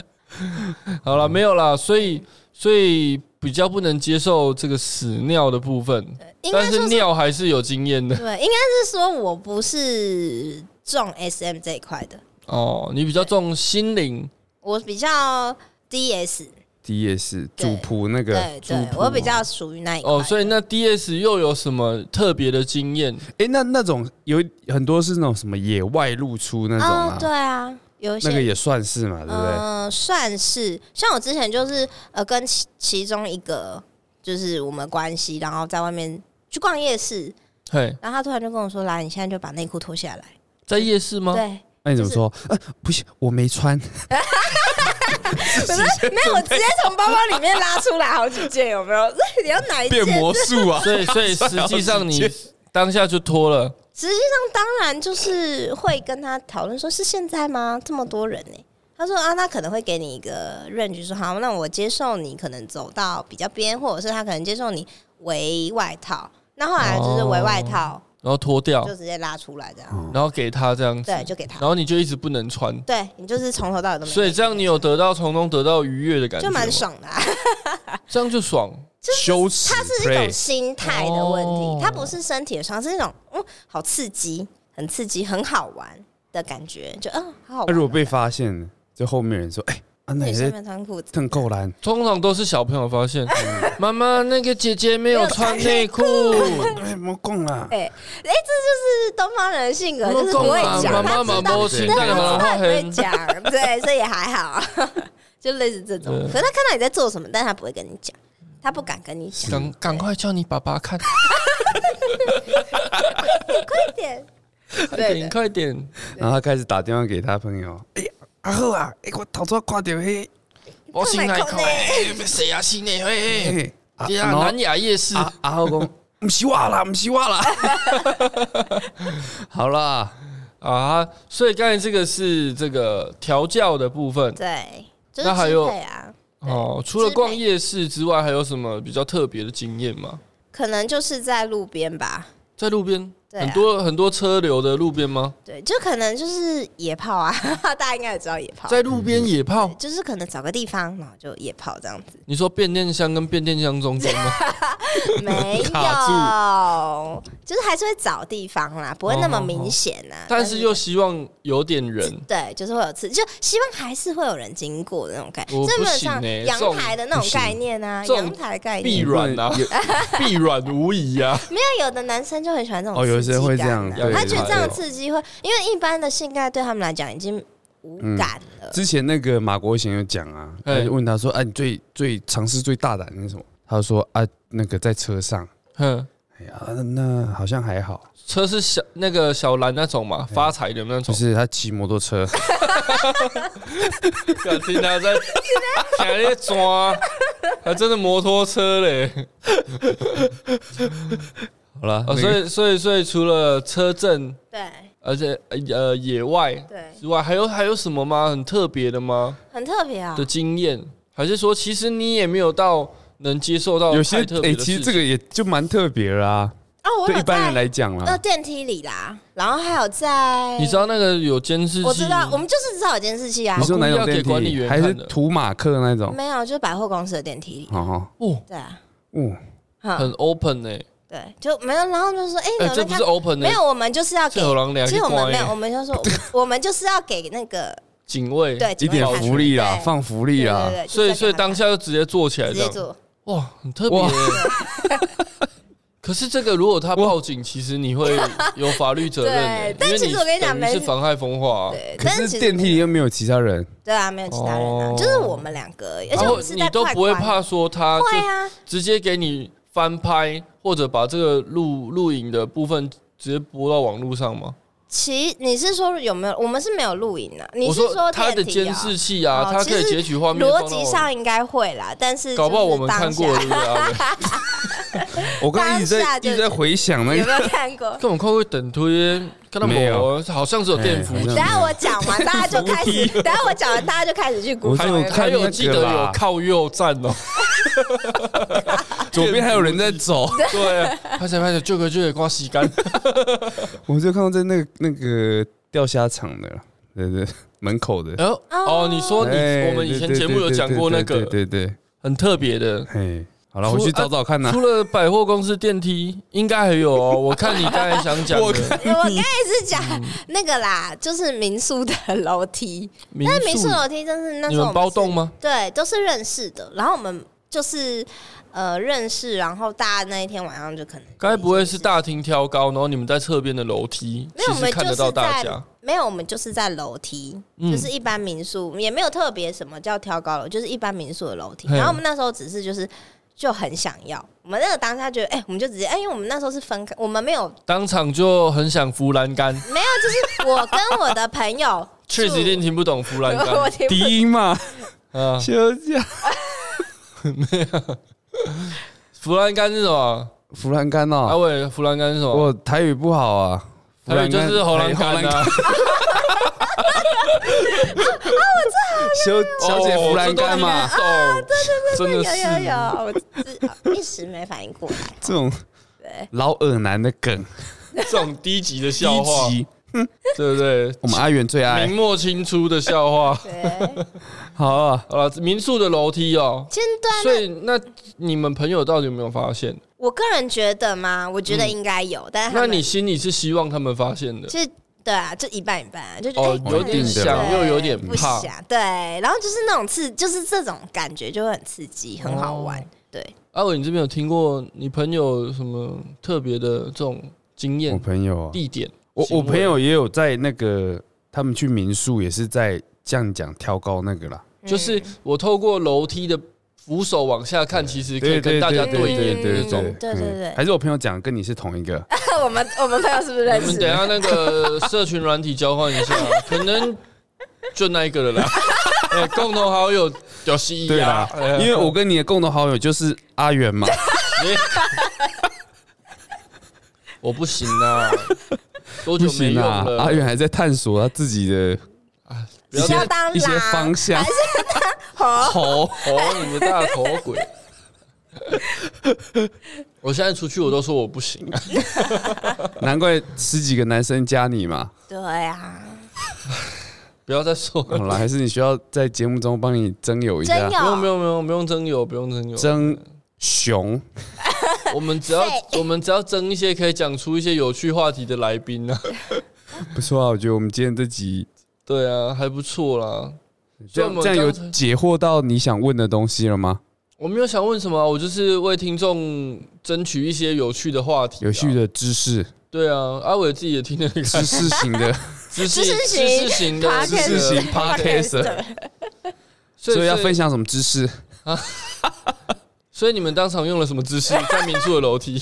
Speaker 1: 好了，没有啦，所以所以比较不能接受这个屎尿的部分，
Speaker 2: 应该
Speaker 1: 但
Speaker 2: 说
Speaker 1: 是
Speaker 2: 是
Speaker 1: 尿还是有经验的
Speaker 2: 对，应该是说我不是重 SM 这一块的，
Speaker 1: 哦。你比较重心灵，
Speaker 2: 我比较 DS，
Speaker 3: D 也是
Speaker 2: 对
Speaker 3: 主仆那个
Speaker 2: 对
Speaker 3: 主
Speaker 2: 对，
Speaker 3: 仆
Speaker 2: 我比较属于那一块。
Speaker 1: 哦，所以那 D S 又有什么特别的经验？
Speaker 3: 哎、那那种有很多是那种什么野外露出那种
Speaker 2: 哦
Speaker 3: 啊，
Speaker 2: 对啊，有一些
Speaker 3: 那个也算是嘛，对不对？
Speaker 2: 嗯、算是。像我之前就是呃，跟其其中一个就是我们关系，然后在外面去逛夜市，
Speaker 1: 嘿，
Speaker 2: 然后他突然就跟我说：“来，你现在就把内裤脱下来。
Speaker 1: 在夜市吗？
Speaker 2: 对， [LAUGHS]
Speaker 3: 那你怎么说？呃，不是，我没穿。
Speaker 2: 不是没有，我直接从包包里面拉出来好几件，有没 [LAUGHS] 有？你要哪一件？
Speaker 3: 变魔术啊！
Speaker 1: 所以所以实际上 [LAUGHS] 你当下就脱了，
Speaker 2: 实际上当然就是会跟他讨论，说是现在吗？这么多人呢、他说啊，他可能会给你一个 range，说好，那我接受你可能走到比较边，或者是他可能接受你围外套。那后来就是围外套，
Speaker 1: 然后脱掉
Speaker 2: 就，直接拉出来这样，
Speaker 3: 哦
Speaker 1: 然后给他这样子，
Speaker 2: 对，就给他
Speaker 1: 然。后你就一直不能穿。
Speaker 2: 对你就是从头到尾都没有，
Speaker 1: 所以这样你有得到从中得到愉悦的感觉哦
Speaker 2: 就
Speaker 1: 吗，
Speaker 2: 蛮爽的、啊。
Speaker 1: 这样就爽
Speaker 3: 羞耻
Speaker 2: 它是一种
Speaker 3: play，
Speaker 2: 心态的问
Speaker 1: 哦
Speaker 2: 题，它不是身体的伤，是那种嗯，好刺激，很刺激，很好玩的感觉，就嗯，好好玩哦。
Speaker 3: 那如果被发现了，就后面人说：“哎、啊，那
Speaker 2: 那
Speaker 3: 你
Speaker 2: 你下
Speaker 3: 是
Speaker 2: 面穿裤子，
Speaker 3: 邓够兰
Speaker 1: 通常都是小朋友发
Speaker 2: [LAUGHS]
Speaker 1: 现，妈妈那个姐姐没有穿内裤，
Speaker 3: 哎，莫讲啦。
Speaker 2: 哎、哎、这就是东方人的性格，就是不会讲，
Speaker 1: 妈妈
Speaker 2: 他
Speaker 1: 妈
Speaker 2: 知道
Speaker 1: 妈
Speaker 3: 知
Speaker 1: 心
Speaker 3: 道
Speaker 1: 干嘛
Speaker 2: 他
Speaker 1: 花
Speaker 2: 很会
Speaker 1: 很
Speaker 2: 讲，对，所以也还好，就类似这种。
Speaker 1: 对
Speaker 2: 可是他看到你在做什么，但他不会跟你讲，他不敢跟你讲，
Speaker 1: 赶赶快叫你爸爸看，
Speaker 2: 快点，
Speaker 1: 快
Speaker 2: [LAUGHS] 对
Speaker 1: 点
Speaker 2: 的
Speaker 1: 快点，”
Speaker 3: 然后他开始打电话给他朋友：“哎、呀，阿浩啊，哎、我头早看到嘿、
Speaker 1: 我新来看
Speaker 2: 看内
Speaker 1: 哎谁啊新内
Speaker 3: 那
Speaker 1: 嘿，
Speaker 3: 个啊
Speaker 1: 对啊
Speaker 3: 然后
Speaker 1: 南雅夜市，
Speaker 3: 阿阿浩讲：“不是我啦，不是我啦。” [LAUGHS] 好啦，
Speaker 1: 啊，所以刚才这个是这个调教的部分
Speaker 2: 对，就是
Speaker 1: 那还有
Speaker 2: 支配啊，
Speaker 1: 哦。除了逛夜市之外，还有什么比较特别的经验吗？
Speaker 2: 可能就是在路边吧，
Speaker 1: 在路边
Speaker 2: 对、
Speaker 1: 很
Speaker 2: 啊，
Speaker 1: 多很多车流的路边吗？
Speaker 2: 对，就可能就是野炮啊，大家应该也知道野炮，
Speaker 1: 在路边野炮？
Speaker 2: 就是可能找个地方，然后就野炮这样子，
Speaker 1: 你说变电箱跟变电箱中间
Speaker 2: [LAUGHS]
Speaker 1: 吗？ [LAUGHS]
Speaker 2: 没有，就是还是会找地方啦，不会那么明显呐、
Speaker 1: 哦但是又希望有点人，
Speaker 2: 对，就是会有刺，就希望还是会有人经过的那种概念，
Speaker 1: 我
Speaker 2: 这
Speaker 1: 哦
Speaker 2: 有
Speaker 1: 不
Speaker 2: 没有
Speaker 1: 行
Speaker 2: 像
Speaker 1: 欸这
Speaker 2: 阳
Speaker 1: 种
Speaker 2: 台的那
Speaker 3: 不
Speaker 2: 种
Speaker 3: 行
Speaker 2: 概念啊，
Speaker 1: 这种
Speaker 2: 阳台的概
Speaker 1: 必
Speaker 2: 念。
Speaker 1: 软啊， [LAUGHS] 必软无疑
Speaker 2: [LAUGHS]
Speaker 1: 啊。
Speaker 2: 没有，有的男生就很喜欢这种
Speaker 3: 哦有
Speaker 2: 刺
Speaker 3: 些
Speaker 2: 激
Speaker 3: 会
Speaker 2: 感
Speaker 3: 这样
Speaker 2: 啊
Speaker 1: 对
Speaker 2: 他觉得这样的
Speaker 1: 对
Speaker 2: 刺激会，因为一般的性爱对他们来讲已经无
Speaker 3: 嗯
Speaker 2: 感了。
Speaker 3: 之前那个马国贤有讲啊，
Speaker 1: 嘿
Speaker 3: 他就问他说：“啊，你最最尝试最大胆的是什么？”他就说：“啊，那个在车上。
Speaker 1: 哼，”
Speaker 3: 哎呀，那那好像还好，
Speaker 1: 车是小那个小蓝那种嘛，发财的那
Speaker 3: 哎就
Speaker 1: 种。
Speaker 3: 是他骑摩托车，
Speaker 1: 敢听他
Speaker 2: [LAUGHS]
Speaker 1: 在想在抓，还真的摩托车嘞。
Speaker 3: 好了
Speaker 1: 哦，所以所以所以除了车震，
Speaker 2: 对
Speaker 1: 而且呃呃野外
Speaker 2: 对，
Speaker 1: 之外，还有还有什么吗？很特别的吗？
Speaker 2: 很特别啊
Speaker 1: 的。经验，还是说其实你也没有到能接受到
Speaker 3: 有些
Speaker 1: 太特
Speaker 3: 哎、
Speaker 1: 别的
Speaker 3: 其实
Speaker 1: 事
Speaker 3: 这
Speaker 1: 情
Speaker 3: 个也就蛮特别啦、
Speaker 2: 哦，我
Speaker 3: 对
Speaker 2: 有
Speaker 3: 一般人
Speaker 2: 在
Speaker 3: 来讲啊
Speaker 2: 呃
Speaker 3: 啦，
Speaker 2: 电梯里啦，然后还有在，
Speaker 1: 你知道那个有监视器，
Speaker 2: 哎我知道，我们就是知道有监视器啊
Speaker 3: 你，说哪
Speaker 1: 故意要
Speaker 3: 种
Speaker 1: 给
Speaker 3: 电
Speaker 1: 管理
Speaker 3: 梯？
Speaker 1: 员
Speaker 3: 还是
Speaker 1: 看的
Speaker 3: 图马克那种？
Speaker 2: 没有，就是百货公司的电梯里，
Speaker 3: 好好，
Speaker 1: 哦，
Speaker 2: 对啊，
Speaker 3: 哦，
Speaker 1: 很
Speaker 2: 嗯，
Speaker 1: open 哎、
Speaker 2: 对，就没有，然后就说，哎，你
Speaker 1: 哎、
Speaker 2: 有
Speaker 1: 这
Speaker 2: 在
Speaker 1: 不
Speaker 2: 看
Speaker 1: 是？open 哎、
Speaker 2: 没有，我们就是要
Speaker 1: 这
Speaker 2: 给，
Speaker 1: 有狼良
Speaker 2: 其实我们没有，我
Speaker 1: 哎，
Speaker 2: 们就说，
Speaker 1: [LAUGHS]
Speaker 2: 我我们就是要给那个
Speaker 1: 警卫，
Speaker 2: 对
Speaker 3: 一点福利啦，
Speaker 2: 对
Speaker 3: 放福利啦
Speaker 2: 对，对对
Speaker 1: 啊所以所以当
Speaker 2: 下
Speaker 1: 下就直接坐起来
Speaker 2: 直
Speaker 1: 这
Speaker 2: 接
Speaker 1: 样，
Speaker 2: 做，
Speaker 1: 哇，很特别、欸
Speaker 3: 哇 [LAUGHS]
Speaker 1: 可是这个如果他报警，其实你会有法律责任、欸，
Speaker 2: 对
Speaker 1: 因为
Speaker 2: 但其实我跟你讲
Speaker 1: 等于是
Speaker 2: 没
Speaker 1: 妨害风化、啊。
Speaker 2: 对，
Speaker 3: 可
Speaker 2: 但
Speaker 3: 是
Speaker 2: 其实
Speaker 3: 电梯里又没有其他人，
Speaker 2: 对啊，没有其他人啊
Speaker 1: 哦，
Speaker 2: 就是我们两个而已，而
Speaker 1: 然
Speaker 2: 且我
Speaker 1: 后
Speaker 2: 们是
Speaker 1: 你
Speaker 2: 在
Speaker 1: 都
Speaker 2: 快
Speaker 1: 不会
Speaker 2: 关
Speaker 1: 怕说他
Speaker 2: 会
Speaker 1: 就
Speaker 2: 啊，
Speaker 1: 直接给你翻拍，或者把这个录录影的部分直接播到网络上吗？
Speaker 2: 其你是说有没有？我们是没有录影的，你
Speaker 1: 我
Speaker 2: 是
Speaker 1: 说他的
Speaker 2: 电梯啊
Speaker 1: 监视器啊，
Speaker 2: 哦
Speaker 1: 他
Speaker 2: 其
Speaker 1: 可以
Speaker 2: 实
Speaker 1: 截取画面，
Speaker 2: 逻辑上，应该会啦，但是
Speaker 1: 搞不好
Speaker 2: 就是
Speaker 1: 我们看
Speaker 2: 当下
Speaker 1: 过了，对不啊对阿伟？
Speaker 3: 我刚刚一直在
Speaker 2: 当下
Speaker 3: 一
Speaker 2: 就
Speaker 3: 直在回想
Speaker 2: [LAUGHS]
Speaker 3: 那
Speaker 2: 有
Speaker 3: 个，
Speaker 2: 没有看
Speaker 1: [LAUGHS]
Speaker 2: 过？
Speaker 1: 根本快会等推，看到
Speaker 3: 没有
Speaker 1: 我好像只有电扶
Speaker 3: 哎好
Speaker 1: 梯
Speaker 3: 像
Speaker 2: 等，下我讲完，大家就开始；等下我讲完，大家就开始去
Speaker 3: 我
Speaker 2: 鼓
Speaker 3: 是
Speaker 2: 掌。
Speaker 3: 有
Speaker 1: 还
Speaker 3: 看那
Speaker 1: 有
Speaker 3: 个
Speaker 1: 记得有
Speaker 3: 啦
Speaker 1: 靠右站哦，
Speaker 3: [LAUGHS] [LAUGHS] 左边还有人在走，
Speaker 1: [LAUGHS] 对，啊拍起来拍起来，这个就得刮洗干，
Speaker 3: [LAUGHS] 我就看到在那个那个钓虾场的，对对，门口的。哎
Speaker 1: 然后哦，你说
Speaker 3: 呃
Speaker 1: 你我们以前节目有讲过那个
Speaker 3: 对对，
Speaker 1: 很特别的，
Speaker 3: [LAUGHS] 嘿，好了，我去找找看呐。
Speaker 1: 除了百货公司电梯，应该还有
Speaker 3: [LAUGHS]
Speaker 1: 哦。我看你刚才想讲
Speaker 3: 我
Speaker 1: 的
Speaker 2: [LAUGHS] 我刚才
Speaker 1: [LAUGHS]
Speaker 2: 是讲那个啦，就是民宿的楼梯。
Speaker 1: 嗯民
Speaker 2: 那民宿
Speaker 1: 宿，
Speaker 2: 楼梯真是那
Speaker 1: 你
Speaker 2: 时候
Speaker 1: 们
Speaker 2: 我
Speaker 1: 包
Speaker 2: 是
Speaker 1: 栋？吗？
Speaker 2: 对，都是认识的。然后我们就是呃认识，然后大家那一天晚上就可能
Speaker 1: 该不会是大厅挑高，然后你们在侧边的楼梯，
Speaker 2: 没有，
Speaker 1: 其
Speaker 2: 我
Speaker 1: 实
Speaker 2: 们
Speaker 1: 看
Speaker 2: 就
Speaker 1: 得
Speaker 2: 是
Speaker 1: 到
Speaker 2: 在
Speaker 1: 大家。
Speaker 2: 没有，我们就是在楼梯，
Speaker 1: 嗯
Speaker 2: 就是一般民宿也没有特别什么叫挑高楼，就是一般民宿的楼梯。
Speaker 1: 嘿
Speaker 2: 然后我们那时候只是就是就很想要，我们那个当下觉得，哎、我们就直接，哎、因为我们那时候是分开，我们没有
Speaker 1: 当场就很想扶栏杆，
Speaker 2: 没有，就是我跟我的朋友住
Speaker 1: 确实一定听不懂扶栏
Speaker 2: [LAUGHS] 我
Speaker 1: 杆
Speaker 2: 听不
Speaker 3: 低音 [LAUGHS] 嘛，
Speaker 1: 啊。
Speaker 3: 休假。
Speaker 1: 扶栏杆是什么？
Speaker 3: 扶栏杆
Speaker 1: 阿
Speaker 3: 哦，
Speaker 1: 伟，扶栏杆是什么？
Speaker 3: 啊我台语不好啊，
Speaker 1: 还有就是
Speaker 3: 扶
Speaker 1: 红栏
Speaker 3: 栏
Speaker 1: 杆啊，
Speaker 3: [LAUGHS] 修小姐
Speaker 1: 哦
Speaker 3: 扶栏杆嘛，，
Speaker 1: 这都听得懂真的
Speaker 2: 有有
Speaker 1: 是
Speaker 2: 有，我自 [LAUGHS] 一时没反应过来。
Speaker 3: 这种
Speaker 2: 对，
Speaker 3: 老耳男的梗，
Speaker 1: 这种低级的笑
Speaker 3: 低
Speaker 1: 话，
Speaker 3: 级，哎
Speaker 1: 对不对？
Speaker 3: 我们阿元最爱
Speaker 1: 明。末清初的笑话。
Speaker 2: 对，
Speaker 3: 好啊，
Speaker 1: 好了，民宿的楼梯哦，
Speaker 2: 其实对啊
Speaker 1: 所以那你们朋友到底有没有发现？
Speaker 2: 我个人觉得嘛，我觉得应该有，但是
Speaker 1: 嗯
Speaker 2: 他
Speaker 1: 那
Speaker 2: 们
Speaker 1: 你心里是希望他们发现的，
Speaker 2: 就对啊，就一半一半啊，就觉得、
Speaker 1: 哦
Speaker 2: 哎，
Speaker 1: 有
Speaker 2: 看
Speaker 1: 点
Speaker 2: 起来
Speaker 1: 想又有点
Speaker 2: 不
Speaker 1: 怕，
Speaker 2: 想，对，然后就是那种刺，就是这种感觉就会很刺激，很
Speaker 1: 哦
Speaker 2: 好玩，对，
Speaker 1: 阿伟，你这边有听过你朋友有什么特别的这种经
Speaker 3: 我
Speaker 1: 验、
Speaker 3: 朋友啊，
Speaker 1: 地点？
Speaker 3: 我
Speaker 1: 行
Speaker 3: 我
Speaker 1: 为
Speaker 3: 朋友也有在那个，他们去民宿也是在这样讲挑高那个啦，
Speaker 1: 就是我透过楼梯的扶手往下看，其实可以跟大家对
Speaker 2: 对
Speaker 1: 眼的那种。
Speaker 2: 对对对
Speaker 3: 还是我朋友讲跟你是同一个，
Speaker 2: 我们我们朋友是不是认
Speaker 1: 我
Speaker 2: 识
Speaker 1: 们？等一下那个社群软体交换一下，可能就那一个了啦。哎，共同好友有蜥
Speaker 3: 对
Speaker 1: 蜴
Speaker 3: 啦
Speaker 1: 啊，哎，呀
Speaker 3: 因为我跟你的共同好友就是阿元嘛，
Speaker 1: 我不行啊，多
Speaker 3: 不
Speaker 1: 久没
Speaker 3: 行
Speaker 1: 用
Speaker 3: 啊，
Speaker 1: 了
Speaker 3: 阿？元还在探索他自己的
Speaker 1: 不要
Speaker 3: 一
Speaker 2: 是
Speaker 3: 些
Speaker 2: 要当狼
Speaker 3: 一些方向，
Speaker 2: 好，
Speaker 1: 头，你们大头鬼！我现在出去我都说我不行、啊，
Speaker 3: [LAUGHS] 难怪十几个男生加你嘛。
Speaker 2: 对啊，
Speaker 1: 不要再说
Speaker 3: 好
Speaker 1: 了。
Speaker 3: 了，还是你需要在节目中帮你征友一
Speaker 2: 真
Speaker 3: 下，
Speaker 1: 不用不
Speaker 2: 有
Speaker 1: 用不用不用征友，不用征友，
Speaker 3: 征熊。
Speaker 1: [LAUGHS] 我们只要我们只要争一些可以讲出一些有趣话题的来宾呢、啊。 [LAUGHS]
Speaker 3: 不错啊，我觉得我们今天这集
Speaker 1: 对啊，还不错啦。
Speaker 3: 这
Speaker 1: 所以我
Speaker 3: 样
Speaker 1: 们
Speaker 3: 这样有
Speaker 1: 刚才
Speaker 3: 解惑到你想问的东西了吗？
Speaker 1: 我没有想问什么啊，我就是为听众争取一些有趣的话题、
Speaker 3: 有趣
Speaker 1: 的，
Speaker 3: 的知识，
Speaker 1: 对啊，阿伟自己也听得很开
Speaker 3: 知
Speaker 1: 心，
Speaker 3: 识
Speaker 1: [LAUGHS]
Speaker 3: 型的，
Speaker 1: 知
Speaker 2: 知识型
Speaker 1: 知识型的
Speaker 2: Podcast
Speaker 1: 知识型
Speaker 3: Podcaster
Speaker 1: podcast，所
Speaker 3: 所以要分
Speaker 1: 享。
Speaker 3: 享什么知识？
Speaker 1: 所以你们当场用了什么
Speaker 2: [LAUGHS]
Speaker 1: 姿势？在民宿的楼梯，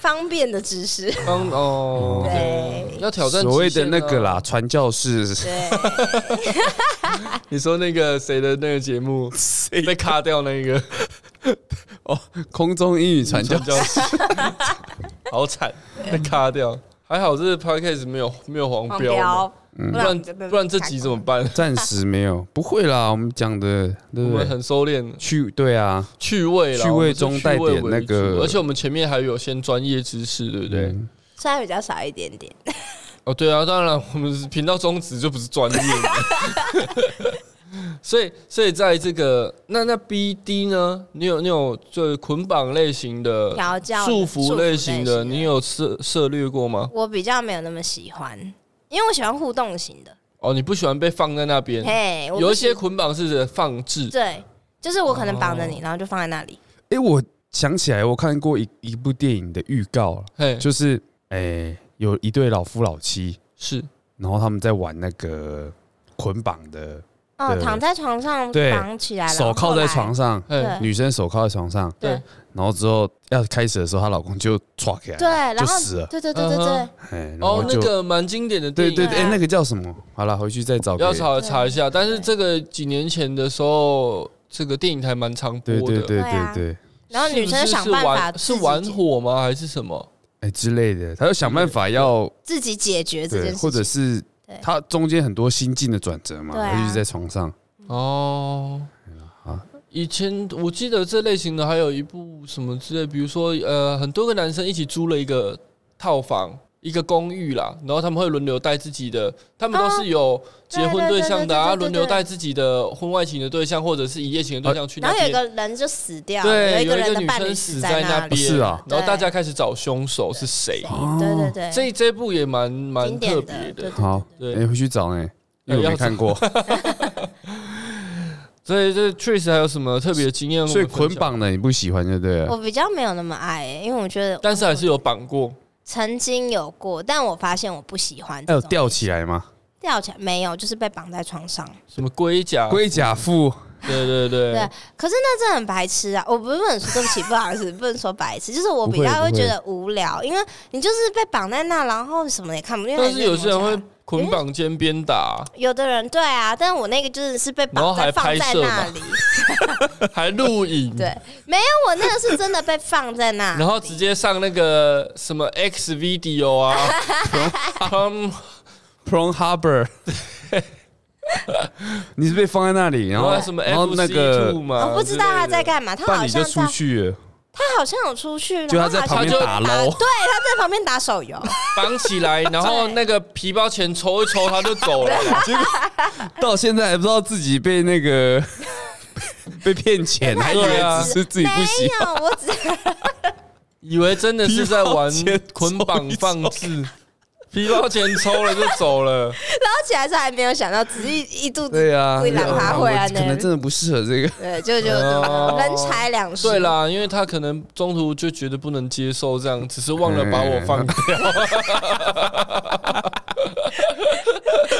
Speaker 2: 方便的知识，
Speaker 1: 刚哦，
Speaker 2: 对
Speaker 1: 要挑战
Speaker 3: 嗯所谓的
Speaker 1: 极限啊
Speaker 3: 那个啦，，传教士。
Speaker 2: 对，
Speaker 1: [LAUGHS] 你说那个谁的那个节目被卡掉那个
Speaker 3: 空中英语传教
Speaker 1: 传，教
Speaker 2: [LAUGHS]
Speaker 1: 士，好惨，被卡掉。还好这是 podcast 没有没有黄
Speaker 2: 黄
Speaker 1: 标嘛，
Speaker 2: 标，
Speaker 1: 嗯不
Speaker 2: 不
Speaker 1: 然
Speaker 2: 真的
Speaker 1: 不然这集怎么办？
Speaker 3: 暂时没有，不会啦，我们讲的对
Speaker 1: [LAUGHS] 我
Speaker 3: 不
Speaker 1: 们
Speaker 3: 对？
Speaker 1: 很收敛，
Speaker 3: 趣对啊，
Speaker 1: 趣味啦，
Speaker 3: 趣味
Speaker 1: 我们是
Speaker 3: 中带点
Speaker 1: 趣味为
Speaker 3: 那个
Speaker 1: 主而且我们前面还有先专业知识，对不对？
Speaker 3: 嗯
Speaker 2: 虽然比较少一点点，
Speaker 1: 哦，对啊，当然，我们频道宗旨就不是专
Speaker 3: [LAUGHS]
Speaker 1: 业的，所以，所以在这个那那 BD 呢，你有你有就是捆绑类型的、
Speaker 2: 调教的
Speaker 1: 呃束缚类型
Speaker 2: 束
Speaker 1: 的，
Speaker 2: 缚类型的
Speaker 1: 你有涉涉略过吗？
Speaker 2: 我比较没有那么喜欢，因为我喜欢互动型的，
Speaker 1: 哦，你不喜欢被放在那边，
Speaker 2: 嘿，我不
Speaker 1: 有一些
Speaker 2: 喜
Speaker 1: 捆绑是放置，
Speaker 2: 对，就是我可能绑着
Speaker 1: 哦
Speaker 2: 你，然后就放在那里，
Speaker 3: 诶，我想起来，我看过一一部电影的预告了，
Speaker 1: 嘿，
Speaker 3: 就是诶，有一对老夫老妻，
Speaker 1: 是
Speaker 3: 然后他们在玩那个捆绑的，
Speaker 2: 哦，
Speaker 3: 对
Speaker 2: 躺在床上
Speaker 3: 对
Speaker 2: 绑起来，嗯
Speaker 3: 手铐在床
Speaker 2: 上，
Speaker 3: 上，
Speaker 1: 嘿，
Speaker 2: 对
Speaker 3: 女生手铐在床上，
Speaker 2: 对
Speaker 3: 然后之后要开始的时候，她老公就抓起来，
Speaker 2: 对，啊然
Speaker 3: 就
Speaker 2: 后
Speaker 3: 死了，
Speaker 2: 对对对对
Speaker 1: 嗯
Speaker 2: 对，
Speaker 3: 哎，然后
Speaker 1: 哦，
Speaker 3: 就
Speaker 1: 那个蛮经典的电
Speaker 3: 对
Speaker 1: 影，
Speaker 3: 对对，
Speaker 2: 啊
Speaker 3: 哎，那个叫什么？好了，回去再找给。
Speaker 1: 要查查一下。但是
Speaker 2: 对
Speaker 1: 这个几年前的时候，这个电影台蛮常播
Speaker 3: 对
Speaker 1: 的，
Speaker 3: 对对
Speaker 2: 对啊
Speaker 3: 对对，
Speaker 2: 然后女生
Speaker 1: 是不是
Speaker 2: 想
Speaker 1: 是
Speaker 2: 办法
Speaker 1: 玩是
Speaker 2: 自己
Speaker 1: 玩
Speaker 2: 解
Speaker 1: 火吗？还是什么？
Speaker 3: 哎之类的，他就想办法要
Speaker 2: 自己解决这件
Speaker 3: 对，
Speaker 2: 事情，
Speaker 3: 或者是
Speaker 2: 对
Speaker 3: 他中间很多心境的转折嘛，
Speaker 2: 对啊
Speaker 3: 他就是在床上，
Speaker 1: 哦，
Speaker 3: 啊
Speaker 1: 以前我记得这类型的还有一部什么之类，比如说呃，很多个男生一起租了一个套房。一个公寓啦，然后他们会轮流带自己的，他们都是有结婚对象的啊，
Speaker 2: 对对对对对对对
Speaker 1: 轮流带自己的婚外情的对象或者是一夜情的对象去
Speaker 2: 然
Speaker 1: 那
Speaker 2: 后有一
Speaker 1: 边，
Speaker 2: 个人就死掉，
Speaker 1: 对，
Speaker 2: 有一
Speaker 1: 有
Speaker 2: 个
Speaker 1: 一
Speaker 2: 人
Speaker 1: 个
Speaker 2: 的
Speaker 1: 女
Speaker 2: 伴侣
Speaker 1: 生
Speaker 2: 死
Speaker 1: 死
Speaker 2: 在
Speaker 1: 那
Speaker 2: 里。
Speaker 1: 边，
Speaker 3: 是啊
Speaker 1: 然后
Speaker 2: 对
Speaker 1: 大家开始找凶手是谁，
Speaker 2: 对对对，
Speaker 1: 哦这这部也蛮蛮
Speaker 2: 经典
Speaker 1: 特
Speaker 2: 的
Speaker 1: 别的
Speaker 2: 对，
Speaker 3: 好，
Speaker 1: 对
Speaker 3: 哎，回去找呢，因为我
Speaker 1: 要
Speaker 3: 没
Speaker 1: 找 [LAUGHS]
Speaker 3: 看过，
Speaker 1: 所以这 Trace 还有什么特别的经验？
Speaker 3: 所以捆，绑的你不喜欢就对了
Speaker 2: 我，比较没有那么爱、因为我觉得
Speaker 1: 但是还是有绑过。
Speaker 2: 曾经有过，但我发现我不喜欢
Speaker 3: 还
Speaker 2: 这
Speaker 3: 有
Speaker 2: 种
Speaker 3: 吊起来吗？
Speaker 2: 吊起来，没有，就是被绑在床上。
Speaker 1: 什么龟甲？
Speaker 3: 龟甲妇，
Speaker 1: 对对对
Speaker 2: 对，可是那真的很白痴啊！我不是不能说对不起，不好意思， [LAUGHS] 不能说白痴，就是我比较
Speaker 3: 不会
Speaker 2: 会
Speaker 3: 不会
Speaker 2: 觉得无聊，因为你就是被绑在那，然后什么也看不见。
Speaker 1: 但是有些人会
Speaker 2: 因为
Speaker 1: 捆绑肩边打，
Speaker 2: [LAUGHS] 有的人对啊，但我那个就是是被
Speaker 1: 然后
Speaker 2: 绑
Speaker 3: [LAUGHS]
Speaker 1: 还
Speaker 2: 在放
Speaker 1: 拍
Speaker 2: 在
Speaker 1: 摄
Speaker 2: 那
Speaker 1: 嘛
Speaker 2: 里，
Speaker 1: 还录影，
Speaker 2: 对，没有我那个是真的被放在那
Speaker 3: [LAUGHS]
Speaker 2: 里，
Speaker 1: 然后直接上那个什么 X Video
Speaker 2: [LAUGHS]
Speaker 1: 啊，Prom-
Speaker 3: Prom
Speaker 1: [LAUGHS]
Speaker 3: Harbor。你是被放在那里，然
Speaker 1: 然
Speaker 3: 后
Speaker 1: 后什么
Speaker 3: 然后
Speaker 1: F
Speaker 3: 那
Speaker 1: C
Speaker 3: 个
Speaker 1: Two 嘛，
Speaker 2: 我哦不知道他在
Speaker 1: 之类的。
Speaker 2: 干嘛，他
Speaker 3: 伴
Speaker 2: 好
Speaker 3: 侣就
Speaker 2: 像
Speaker 3: 出
Speaker 2: 在，
Speaker 3: 去了，
Speaker 2: 他好像有出去，
Speaker 3: 就
Speaker 2: 然
Speaker 3: 他
Speaker 2: 后
Speaker 3: 在
Speaker 2: 好
Speaker 3: 旁
Speaker 2: 像
Speaker 3: 边
Speaker 1: 就
Speaker 3: 打
Speaker 2: 打，
Speaker 3: 捞
Speaker 2: 对，，他在旁边打手游，
Speaker 1: 绑起来，然后
Speaker 2: [LAUGHS] 对
Speaker 1: 那个皮包钱抽一抽，他就走
Speaker 2: [LAUGHS]
Speaker 1: 了。
Speaker 3: 结果到现在还不知道自己被那 [LAUGHS] 个被骗钱，还以
Speaker 1: 对啊
Speaker 3: 为只是 [LAUGHS] 自己不
Speaker 2: 没
Speaker 3: 喜欢。
Speaker 2: 有，我只
Speaker 1: 以为真的是在玩
Speaker 3: 皮包钱
Speaker 1: [LAUGHS] 捆绑放置，皮包钱抽了就走 [LAUGHS] 了。
Speaker 2: 包起来时候还没有想到，只是一肚子
Speaker 3: 对啊，
Speaker 2: 归懒趴会啊
Speaker 3: 我可能真的不适合这个。
Speaker 2: 对，就就
Speaker 1: 哦
Speaker 2: 人财两失。
Speaker 1: 对，啦，因为他可能中途就觉得不能接受这样，只是忘了把我放掉。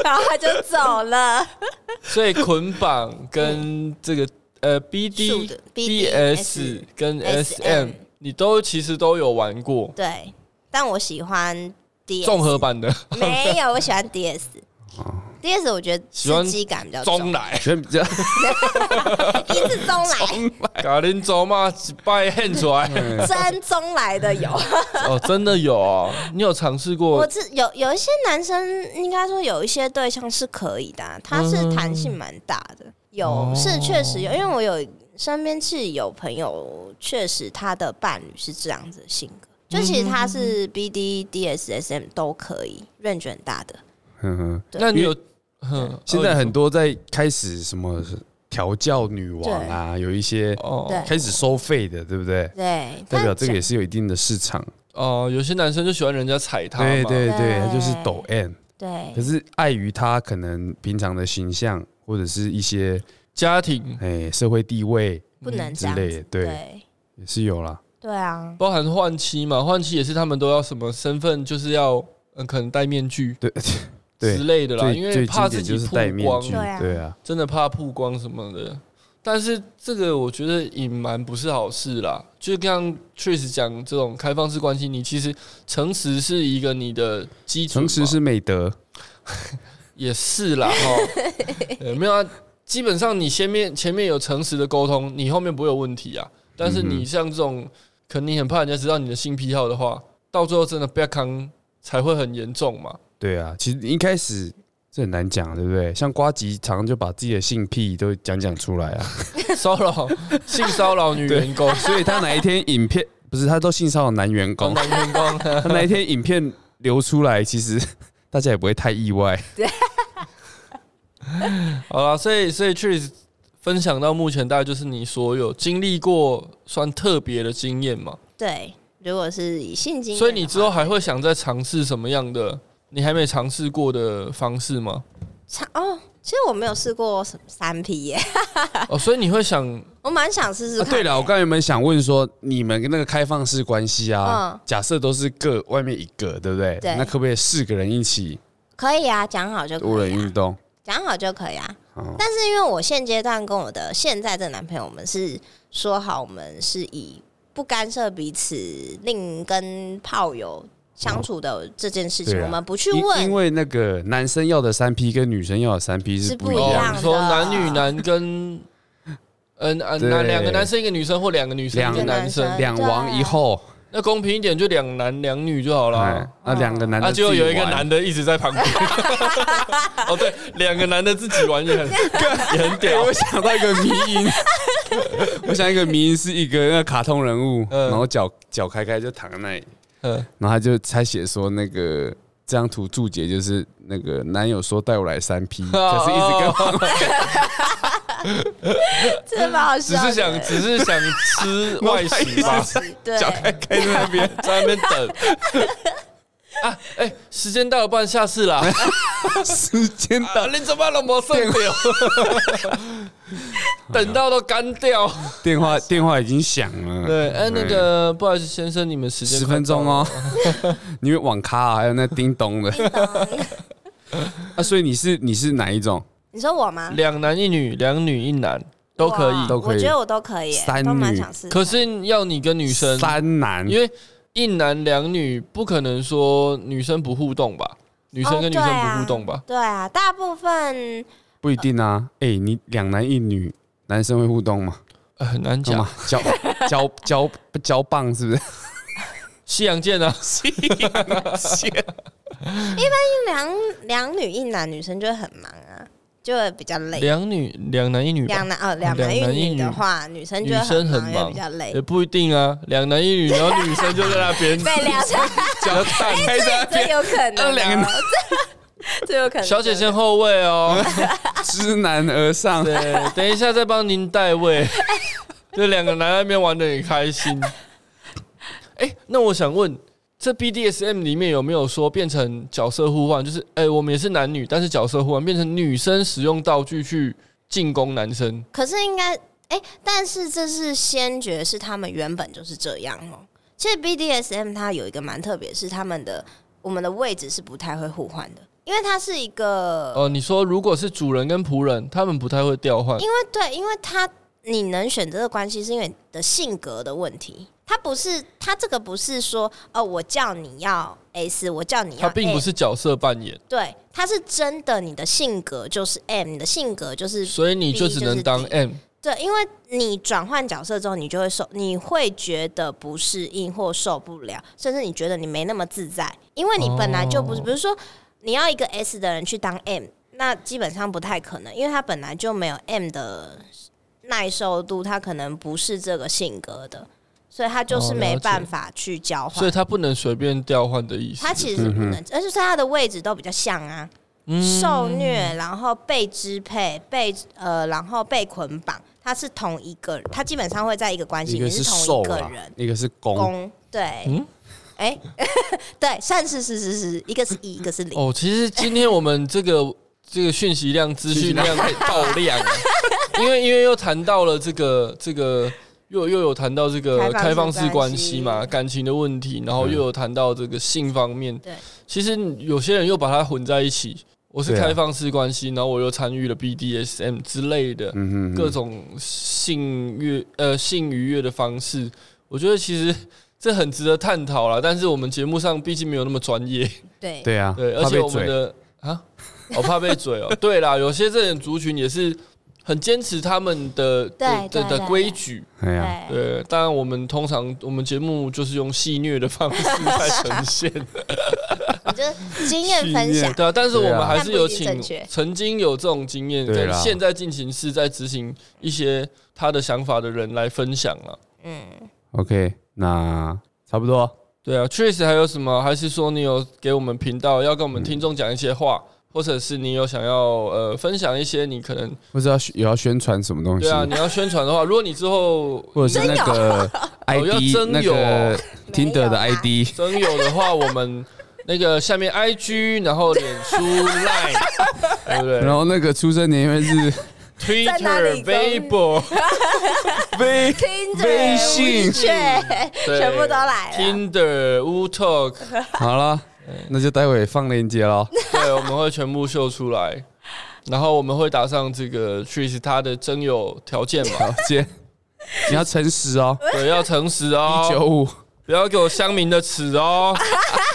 Speaker 2: 然后他就走了。
Speaker 1: [LAUGHS] 所以捆绑跟这个呃 B
Speaker 2: 数
Speaker 1: D
Speaker 2: 的
Speaker 1: B S 跟 S M，
Speaker 2: SM
Speaker 1: 你都其实都有玩过
Speaker 2: 对，但我喜欢 D
Speaker 1: 综
Speaker 2: S，
Speaker 1: 合版的
Speaker 2: 没有，我喜欢 D S。D S 我觉得
Speaker 1: 喜欢
Speaker 2: 刺激感比较
Speaker 1: 中
Speaker 2: 重，
Speaker 1: 来，
Speaker 3: 全比较
Speaker 2: 一次中
Speaker 1: [LAUGHS]
Speaker 2: 来，
Speaker 1: 嘎林走嘛几拜恨出来
Speaker 2: 真中来的有。
Speaker 1: [LAUGHS] 哦，真的有啊，你有尝试
Speaker 2: 我
Speaker 1: 过？
Speaker 2: 这有有一些男生，应该说有一些对象是可以的啊、他是弹性蛮大的。有
Speaker 1: 哦
Speaker 2: 是确实有，因为我有身边是有朋友，确实他的伴侣是这样子的性格，就其实
Speaker 3: 嗯
Speaker 2: 他是 B D D S S M 都可以，认知很大的。
Speaker 3: 哼哼，
Speaker 2: 对
Speaker 1: 那你有，哼
Speaker 3: 现在很多在开始什么调教女王啊，有一些
Speaker 1: 哦
Speaker 2: 对
Speaker 3: 开始收费的，对不对？
Speaker 2: 对，
Speaker 3: 代表
Speaker 2: 但
Speaker 3: 这个也是有一定的市场。
Speaker 1: 哦，有些男生就喜欢人家踩他嘛，
Speaker 3: 对对对，
Speaker 2: 对
Speaker 3: 他就是抖 M，
Speaker 2: 对
Speaker 3: 可是碍于他可能平常的形象或者是一些
Speaker 1: 家庭
Speaker 3: 哎社会地位
Speaker 2: 不能
Speaker 3: 之
Speaker 2: 这样
Speaker 3: 类的
Speaker 2: 子，
Speaker 3: 对
Speaker 2: 对
Speaker 3: 也是有啦。
Speaker 2: 对啊，
Speaker 1: 包含换妻嘛，换妻也是他们都要什么身份，就是要嗯，可能戴面具
Speaker 3: 对 [LAUGHS]
Speaker 1: 之
Speaker 3: 对，
Speaker 1: 类的啦，
Speaker 3: 最
Speaker 1: 因为
Speaker 3: 最
Speaker 1: 怕
Speaker 3: 经
Speaker 1: 自
Speaker 3: 典
Speaker 1: 己
Speaker 3: 就是
Speaker 1: 曝
Speaker 3: 戴面
Speaker 1: 光，
Speaker 3: 具，
Speaker 2: 对啊
Speaker 3: 对啊，
Speaker 1: 真的怕曝光什么的。但是这个我觉得隐瞒不是好事啦，就像确实讲这种开放式关系，你其实诚实是一个你的基础嘛，
Speaker 3: 诚实是美德，
Speaker 1: 也是
Speaker 2: [LAUGHS]
Speaker 1: 啦哈、呃没有啊，基本上你前面前面有诚实的沟通，你后面不会有问题啊。但是
Speaker 3: 嗯
Speaker 1: 你
Speaker 3: 哼
Speaker 1: 像这种，可能你很怕人家知道你的性癖好的话，到最后真的不要扛才会很严重嘛。 [LAUGHS]
Speaker 3: 对啊。其实一开始这很难讲，对不对？像瓜吉常常就把自己的性癖都讲讲出来
Speaker 1: [LAUGHS]
Speaker 3: 啊，
Speaker 1: 骚扰、性骚扰女员工、
Speaker 3: 所以他哪一天影片不是他都性骚扰男员工，
Speaker 1: [LAUGHS] 男员工，
Speaker 3: 他哪一天影片流出来，其实 [LAUGHS] 大家也不会太意外。
Speaker 1: 好了，所以所以确实分享到目前，大概就是你所有经历过算特别的经验嘛。
Speaker 2: 对。如果是以性经验的话，
Speaker 1: 所以你之后还会想再尝试什么样的你还没尝试过的方式吗？
Speaker 2: 尝哦，其实我没有试过什么三 P 耶， [LAUGHS]
Speaker 1: 哦，所以你会想
Speaker 2: 我蛮想试试
Speaker 3: 啊、
Speaker 2: 看、
Speaker 3: 对了，我刚才有没有想问说，你们那个开放式关系啊，
Speaker 2: 嗯
Speaker 3: 假设都是各外面一个，对不对？
Speaker 2: 对
Speaker 3: 那可不可以四个人一起
Speaker 2: 可以啊，讲好就
Speaker 3: 多
Speaker 2: 可
Speaker 3: 人
Speaker 2: 以、啊，
Speaker 3: 运动？
Speaker 2: 讲好就可以啊。
Speaker 3: 哦
Speaker 2: 但是因为我现阶段跟我的现在的男朋友，我们是说好，我们是以不干涉彼此另跟炮友相处的这件事情，
Speaker 3: 对啊
Speaker 2: 我们不去
Speaker 3: 因因
Speaker 2: 问。
Speaker 3: 为那个男生要的三 P 跟女生要的三 P
Speaker 2: 是
Speaker 3: 是
Speaker 2: 不
Speaker 3: 不
Speaker 2: 一
Speaker 3: 一
Speaker 2: 样
Speaker 3: 样
Speaker 1: 哦你
Speaker 2: 的
Speaker 3: 的，
Speaker 1: 说男女男跟，嗯呃
Speaker 3: 对
Speaker 1: 男两个男生一个女生或两个女生
Speaker 3: 两
Speaker 1: 一
Speaker 3: 个
Speaker 1: 个男
Speaker 2: 男
Speaker 1: 生
Speaker 2: 生，
Speaker 3: 两王一后，
Speaker 1: 那公平一点就两男两女就
Speaker 2: 啊
Speaker 1: 好
Speaker 3: 哎
Speaker 1: 了。，
Speaker 3: 那两个男
Speaker 1: 啊，
Speaker 3: 的
Speaker 1: 结果有一个
Speaker 3: 自己玩
Speaker 1: 男的一直在旁边。哦，对，两个男的自己玩也很也很屌
Speaker 3: [LAUGHS] 我。想到一个迷
Speaker 1: [LAUGHS]
Speaker 3: 音，我想一个迷音是一个那个卡通人物，
Speaker 1: 嗯
Speaker 3: 然后脚脚开开就躺在那里，
Speaker 1: 嗯，
Speaker 3: 然后他就他写说那个这张图注解就是那个男友说带我来三
Speaker 1: [LAUGHS]
Speaker 3: P，可
Speaker 1: 哦
Speaker 3: 是一直跟我
Speaker 2: 这蛮好
Speaker 1: 只
Speaker 2: 笑的，
Speaker 1: 是想只是想吃外食吧，
Speaker 2: 对
Speaker 3: 脚开开在那边，
Speaker 1: 在那边等。啊，哎，时间到了，不然下次
Speaker 3: [LAUGHS]
Speaker 1: 啦。啊
Speaker 3: 时间到，
Speaker 1: 啊，你怎么都没剩掉？
Speaker 3: [LAUGHS]
Speaker 1: 等到都干掉。[LAUGHS]
Speaker 3: 电话电话已经响了，
Speaker 1: 对，哎，那个不好意思，先生，你们时间
Speaker 3: 嗯十分钟哦， [LAUGHS] 因为网咖啊还有那叮咚的啊，所以你是你是哪一种？
Speaker 2: 你说我吗？
Speaker 1: 两男一女，两女一男都可
Speaker 2: 哇
Speaker 1: 以。
Speaker 3: 都可以
Speaker 2: 我觉得我都可以耶，
Speaker 3: 三
Speaker 2: 都蛮
Speaker 3: 女
Speaker 2: 想试试看。
Speaker 1: 可是要你跟女生，
Speaker 3: 三男，
Speaker 1: 因为一男两女不可能说女生不互动吧？女生跟女生不互动吧？
Speaker 2: 对啊，大部分
Speaker 3: 不一定啊，哎、你两男一女，男生会互动吗？
Speaker 2: 啊
Speaker 1: 呃很难
Speaker 3: 干
Speaker 1: 讲 [LAUGHS]
Speaker 3: 嘛。？交交交交棒是不 [LAUGHS] 是？
Speaker 1: 西洋剑啊，
Speaker 2: 两两女一男，女生就会很忙啊，就会比较累。
Speaker 1: 两女两男一女吧
Speaker 2: 两，男哦，两男一女的话，女生就
Speaker 1: 女
Speaker 2: 会
Speaker 1: 生很
Speaker 2: 忙，也
Speaker 1: 忙
Speaker 2: 比较累
Speaker 1: 也。不一定啊。两男一女，然后女生就在那
Speaker 2: [LAUGHS]
Speaker 1: 边
Speaker 2: 被两哎
Speaker 1: 脚蛋开在
Speaker 2: 这有可能哦，
Speaker 3: 呃两个男
Speaker 2: [LAUGHS] 这这有可能。
Speaker 1: 小姐先后位哦。
Speaker 3: 知难而上，
Speaker 1: 对，等一下再帮您代
Speaker 2: [LAUGHS]
Speaker 1: 位。这两个男的那边玩的很开心。哎、那我想问，这 BDSM 里面有没有说变成角色互换？就是，哎、我们也是男女，但是角色互换，变成女生使用道具去进攻男生。
Speaker 2: 可是应该哎，但是这是先觉是他们原本就是这样哦。其实 BDSM 它有一个蛮特别，是他们的我们的位置是不太会互换的，因为它是一个
Speaker 1: 哦、你说如果是主人跟仆人，他们不太会调换。
Speaker 2: 因为对，因为他你能选择的关系，是因为你的性格的问题。他不是，他这个不是说哦，我叫你要 S，我叫你要
Speaker 1: 他
Speaker 2: A,
Speaker 1: 并不是角色扮演，
Speaker 2: 对，他是真的，你的性格就是 M，你的性格就是
Speaker 1: 所以你就只能当 M。
Speaker 2: 对，因为你转换角色之后，你就会受，你会觉得不适应或受不了，甚至你觉得你没那么自在，因为你本来就不是，
Speaker 1: 哦
Speaker 2: 比如说你要一个 S 的人去当 M，那基本上不太可能，因为他本来就没有 M 的。耐受度，他可能不是这个性格的，所以他就是
Speaker 1: 哦了
Speaker 2: 没
Speaker 1: 解
Speaker 2: 办法去交换。
Speaker 1: 所以嗯他不能随便调换的意思。
Speaker 2: 他其实不能，而且是他的位置都比较像啊，
Speaker 1: 嗯
Speaker 2: 受虐，然后被支配，被呃，然后被捆绑，他是同一个人，他基本上会在一个关系
Speaker 3: 一
Speaker 2: 里
Speaker 3: 个
Speaker 2: 面
Speaker 3: 是
Speaker 2: 同
Speaker 3: 受
Speaker 2: 一个
Speaker 3: 啦
Speaker 2: 人，。
Speaker 3: 一个是攻，
Speaker 2: 公对，
Speaker 1: 嗯
Speaker 2: 哎、 [LAUGHS] 对，算是是是是，一个是一，一个是零。
Speaker 1: 哦，其实今天我们这个这个讯息量、资讯量被爆量
Speaker 2: [LAUGHS]
Speaker 1: 了，因为因为又谈到了这个这个。又又有谈到这个
Speaker 2: 开
Speaker 1: 开
Speaker 2: 放
Speaker 1: 放
Speaker 2: 式
Speaker 1: 式关
Speaker 2: 关系
Speaker 1: 系嘛，感情的问题，然后又有谈到这个性方面。
Speaker 2: 对，
Speaker 1: 其实有些人又把它混在一起，我是
Speaker 3: 对啊
Speaker 1: 开放式关系，然后我又参与了 BDSM 之类的，
Speaker 3: 嗯
Speaker 1: 各种性悦呃性愉悦的方式，我觉得其实这很值得探讨啦。但是我们节目上毕竟没有那么专业，
Speaker 2: 对，
Speaker 3: 对 [LAUGHS] 啊，
Speaker 1: 对，而
Speaker 3: 怕
Speaker 1: 且
Speaker 3: 被
Speaker 1: 我们
Speaker 3: 嘴，
Speaker 1: 的啊，我、怕被嘴哦。对啦，有些这种族群也是很坚持他们的的
Speaker 2: 对对
Speaker 1: 的的
Speaker 2: 对
Speaker 1: 规矩。
Speaker 3: 哎呀，
Speaker 2: 对，
Speaker 1: 对，啊当然我们通常我们节目就是用戏虐的
Speaker 2: [LAUGHS]
Speaker 1: 方式在呈现，
Speaker 2: 我觉得经验分
Speaker 1: [LAUGHS]
Speaker 2: 享，
Speaker 1: 对啊。但是我
Speaker 3: 对
Speaker 1: 们
Speaker 3: 啊
Speaker 1: 还是有请
Speaker 2: 但不一定正确
Speaker 1: 曾经有这种经验，
Speaker 3: 对
Speaker 1: 在
Speaker 3: 啦
Speaker 1: 现在进行式在执行一些他的想法的人来分享啊。
Speaker 2: 嗯，
Speaker 3: OK，那差不多。
Speaker 1: 对啊，确实还有什么？还是说你有给我们频道要跟我
Speaker 3: 嗯
Speaker 1: 们听众讲一些话，或者是你有想要呃分享一些你可能
Speaker 3: 不知道有要宣传什么东西
Speaker 1: 对，啊你要宣传的话，如果你之后
Speaker 3: 或者是那个
Speaker 1: [LAUGHS]
Speaker 3: ID
Speaker 1: 要真
Speaker 3: 那
Speaker 1: 有
Speaker 3: 个听得
Speaker 2: 没有
Speaker 3: 的
Speaker 2: 啦
Speaker 3: ID，
Speaker 1: 真有的话，我们那个下面 I G，然后脸书
Speaker 3: [LAUGHS]
Speaker 1: Line，对不
Speaker 3: 然
Speaker 1: 对
Speaker 3: 后那个出生年月
Speaker 1: [LAUGHS]
Speaker 3: 日
Speaker 2: 在哪
Speaker 1: ？Twitter、
Speaker 2: 里公
Speaker 1: Weibo、
Speaker 3: 微
Speaker 2: 听着，
Speaker 3: 微信
Speaker 2: 无趣
Speaker 1: 对
Speaker 2: 全部都来了。
Speaker 1: Tinder、U
Speaker 2: [LAUGHS]
Speaker 1: Talk，
Speaker 3: 好了，那就待会放链接喽。
Speaker 1: 对，我们会全部秀出来，然后我们会打上这个 Tris 他的真有条件嘛
Speaker 3: 好，，接你要诚实哦，
Speaker 1: 对，要诚实哦，
Speaker 3: [LAUGHS] 一九五
Speaker 1: 不要给我乡民的尺
Speaker 3: [LAUGHS]
Speaker 1: 哦，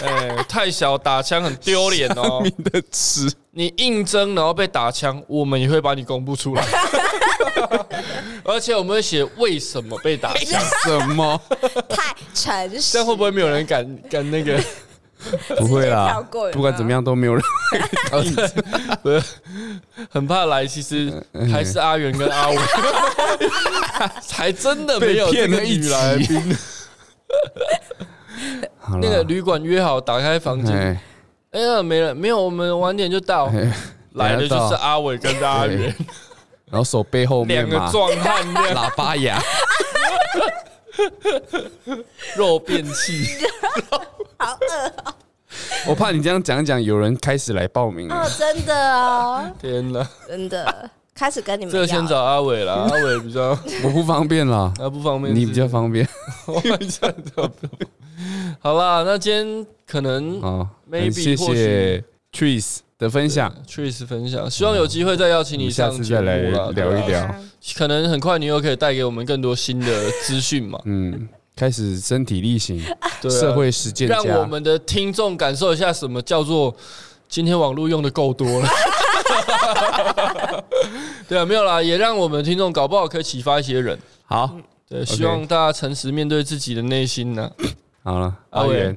Speaker 1: 哎、太小打枪很丢脸哦
Speaker 3: 你。的尺，
Speaker 1: 你应征然后被打枪，我们也会把你公布
Speaker 3: [LAUGHS]
Speaker 1: 出来，而且我们会写为什么被打枪，
Speaker 3: 什
Speaker 1: [LAUGHS]
Speaker 3: 么？
Speaker 2: 太诚实，
Speaker 1: 这样会不会没有人敢敢那个？
Speaker 3: 不会
Speaker 2: 直接
Speaker 3: 啦
Speaker 2: 跳过有没有，
Speaker 3: 不管怎么样都没有 [LAUGHS] 人。
Speaker 1: 不是，很怕来，其实还是阿元跟阿
Speaker 3: [LAUGHS]
Speaker 1: 伟，还真的没有
Speaker 3: 被
Speaker 1: 这
Speaker 3: 骗
Speaker 1: 个
Speaker 3: 了一
Speaker 1: 女来
Speaker 3: 集
Speaker 1: 宾。
Speaker 3: [LAUGHS] 好
Speaker 1: 那个
Speaker 3: 了，
Speaker 1: 旅馆约好，打开房间，
Speaker 3: 哎，
Speaker 1: 哎呀，没了，没有，我们晚点就到。
Speaker 3: 哎
Speaker 1: 来的就是
Speaker 3: 到
Speaker 1: 阿伟跟阿元，
Speaker 3: 然后手背后
Speaker 1: [LAUGHS]
Speaker 3: 面
Speaker 1: 两个啊
Speaker 3: 嘛，
Speaker 1: 壮汉这
Speaker 3: [LAUGHS]
Speaker 1: 样。
Speaker 3: 喇
Speaker 1: [LAUGHS]
Speaker 3: 叭牙，
Speaker 1: 肉便器，
Speaker 2: 好饿哦
Speaker 3: 我怕你这样讲一讲，有人开始来报名
Speaker 1: 啊
Speaker 3: 了
Speaker 2: 哦，。真的哦，
Speaker 1: 天哪！
Speaker 2: 真的开始跟你们
Speaker 1: 这个
Speaker 2: 聊
Speaker 1: 先找阿伟啦，阿伟比较，
Speaker 3: 我不方便啦
Speaker 1: 他不方便，
Speaker 3: 你比较方便
Speaker 1: 便，比较 [LAUGHS] 好啦，那今天可能
Speaker 3: 啊。
Speaker 1: Maybe，
Speaker 3: 很谢
Speaker 1: 或许
Speaker 3: 谢 Trees 的分享，
Speaker 1: 确实分享，希望有机会再邀请
Speaker 3: 我
Speaker 1: 你
Speaker 3: 们下
Speaker 1: 上
Speaker 3: 次
Speaker 1: 节
Speaker 3: 再
Speaker 1: 目
Speaker 3: 来
Speaker 1: 啦对啊
Speaker 3: 聊一
Speaker 2: 对
Speaker 3: 聊
Speaker 2: 啊
Speaker 1: 可能很快你又可以带给我们更多新的资讯嘛，
Speaker 3: 嗯，开始身体力行，
Speaker 1: 对啊
Speaker 3: 社会实践家
Speaker 1: 让，我们的听众感受一下什么叫做今天网络用的够多了。 [LAUGHS] 对啊，没有啦，也让我们的听众搞不好可以启发一些人。
Speaker 3: 好，
Speaker 1: 对，
Speaker 3: OK
Speaker 1: 希望大家诚实面对自己的内心呢、
Speaker 3: 好了，
Speaker 1: 阿
Speaker 3: 阿
Speaker 1: 元
Speaker 3: 元，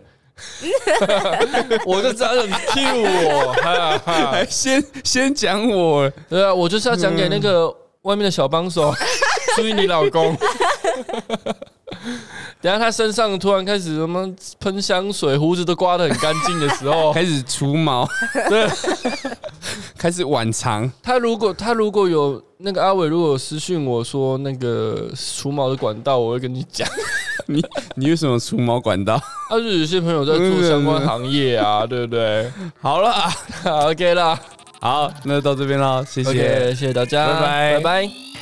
Speaker 1: [LAUGHS] 我就知道你 Q 我， [LAUGHS] 哈哈。
Speaker 3: 先先讲我，
Speaker 1: 对啊，我就是要讲给那个
Speaker 3: 嗯
Speaker 1: 外面的小帮
Speaker 3: [LAUGHS]
Speaker 1: 手，注意你老公。等一下他身上突然开始什么喷香水，胡子都刮得很干净的时
Speaker 3: [LAUGHS]
Speaker 1: 候，
Speaker 3: 哦开始除毛，
Speaker 1: 对，
Speaker 3: [LAUGHS] 开始晚长，
Speaker 1: 他如果他如果有那个阿伟如果有私讯我说那个除毛的管道，我会跟你讲。
Speaker 3: 你你为什么除毛管道？ [LAUGHS]
Speaker 1: 他是有些朋友在做相关行业啊，对不对
Speaker 3: 好了，
Speaker 1: 好？OK 啦
Speaker 3: 好，那就到这边了，谢谢。
Speaker 1: ，OK，谢谢大家，
Speaker 3: 拜拜
Speaker 1: 拜拜。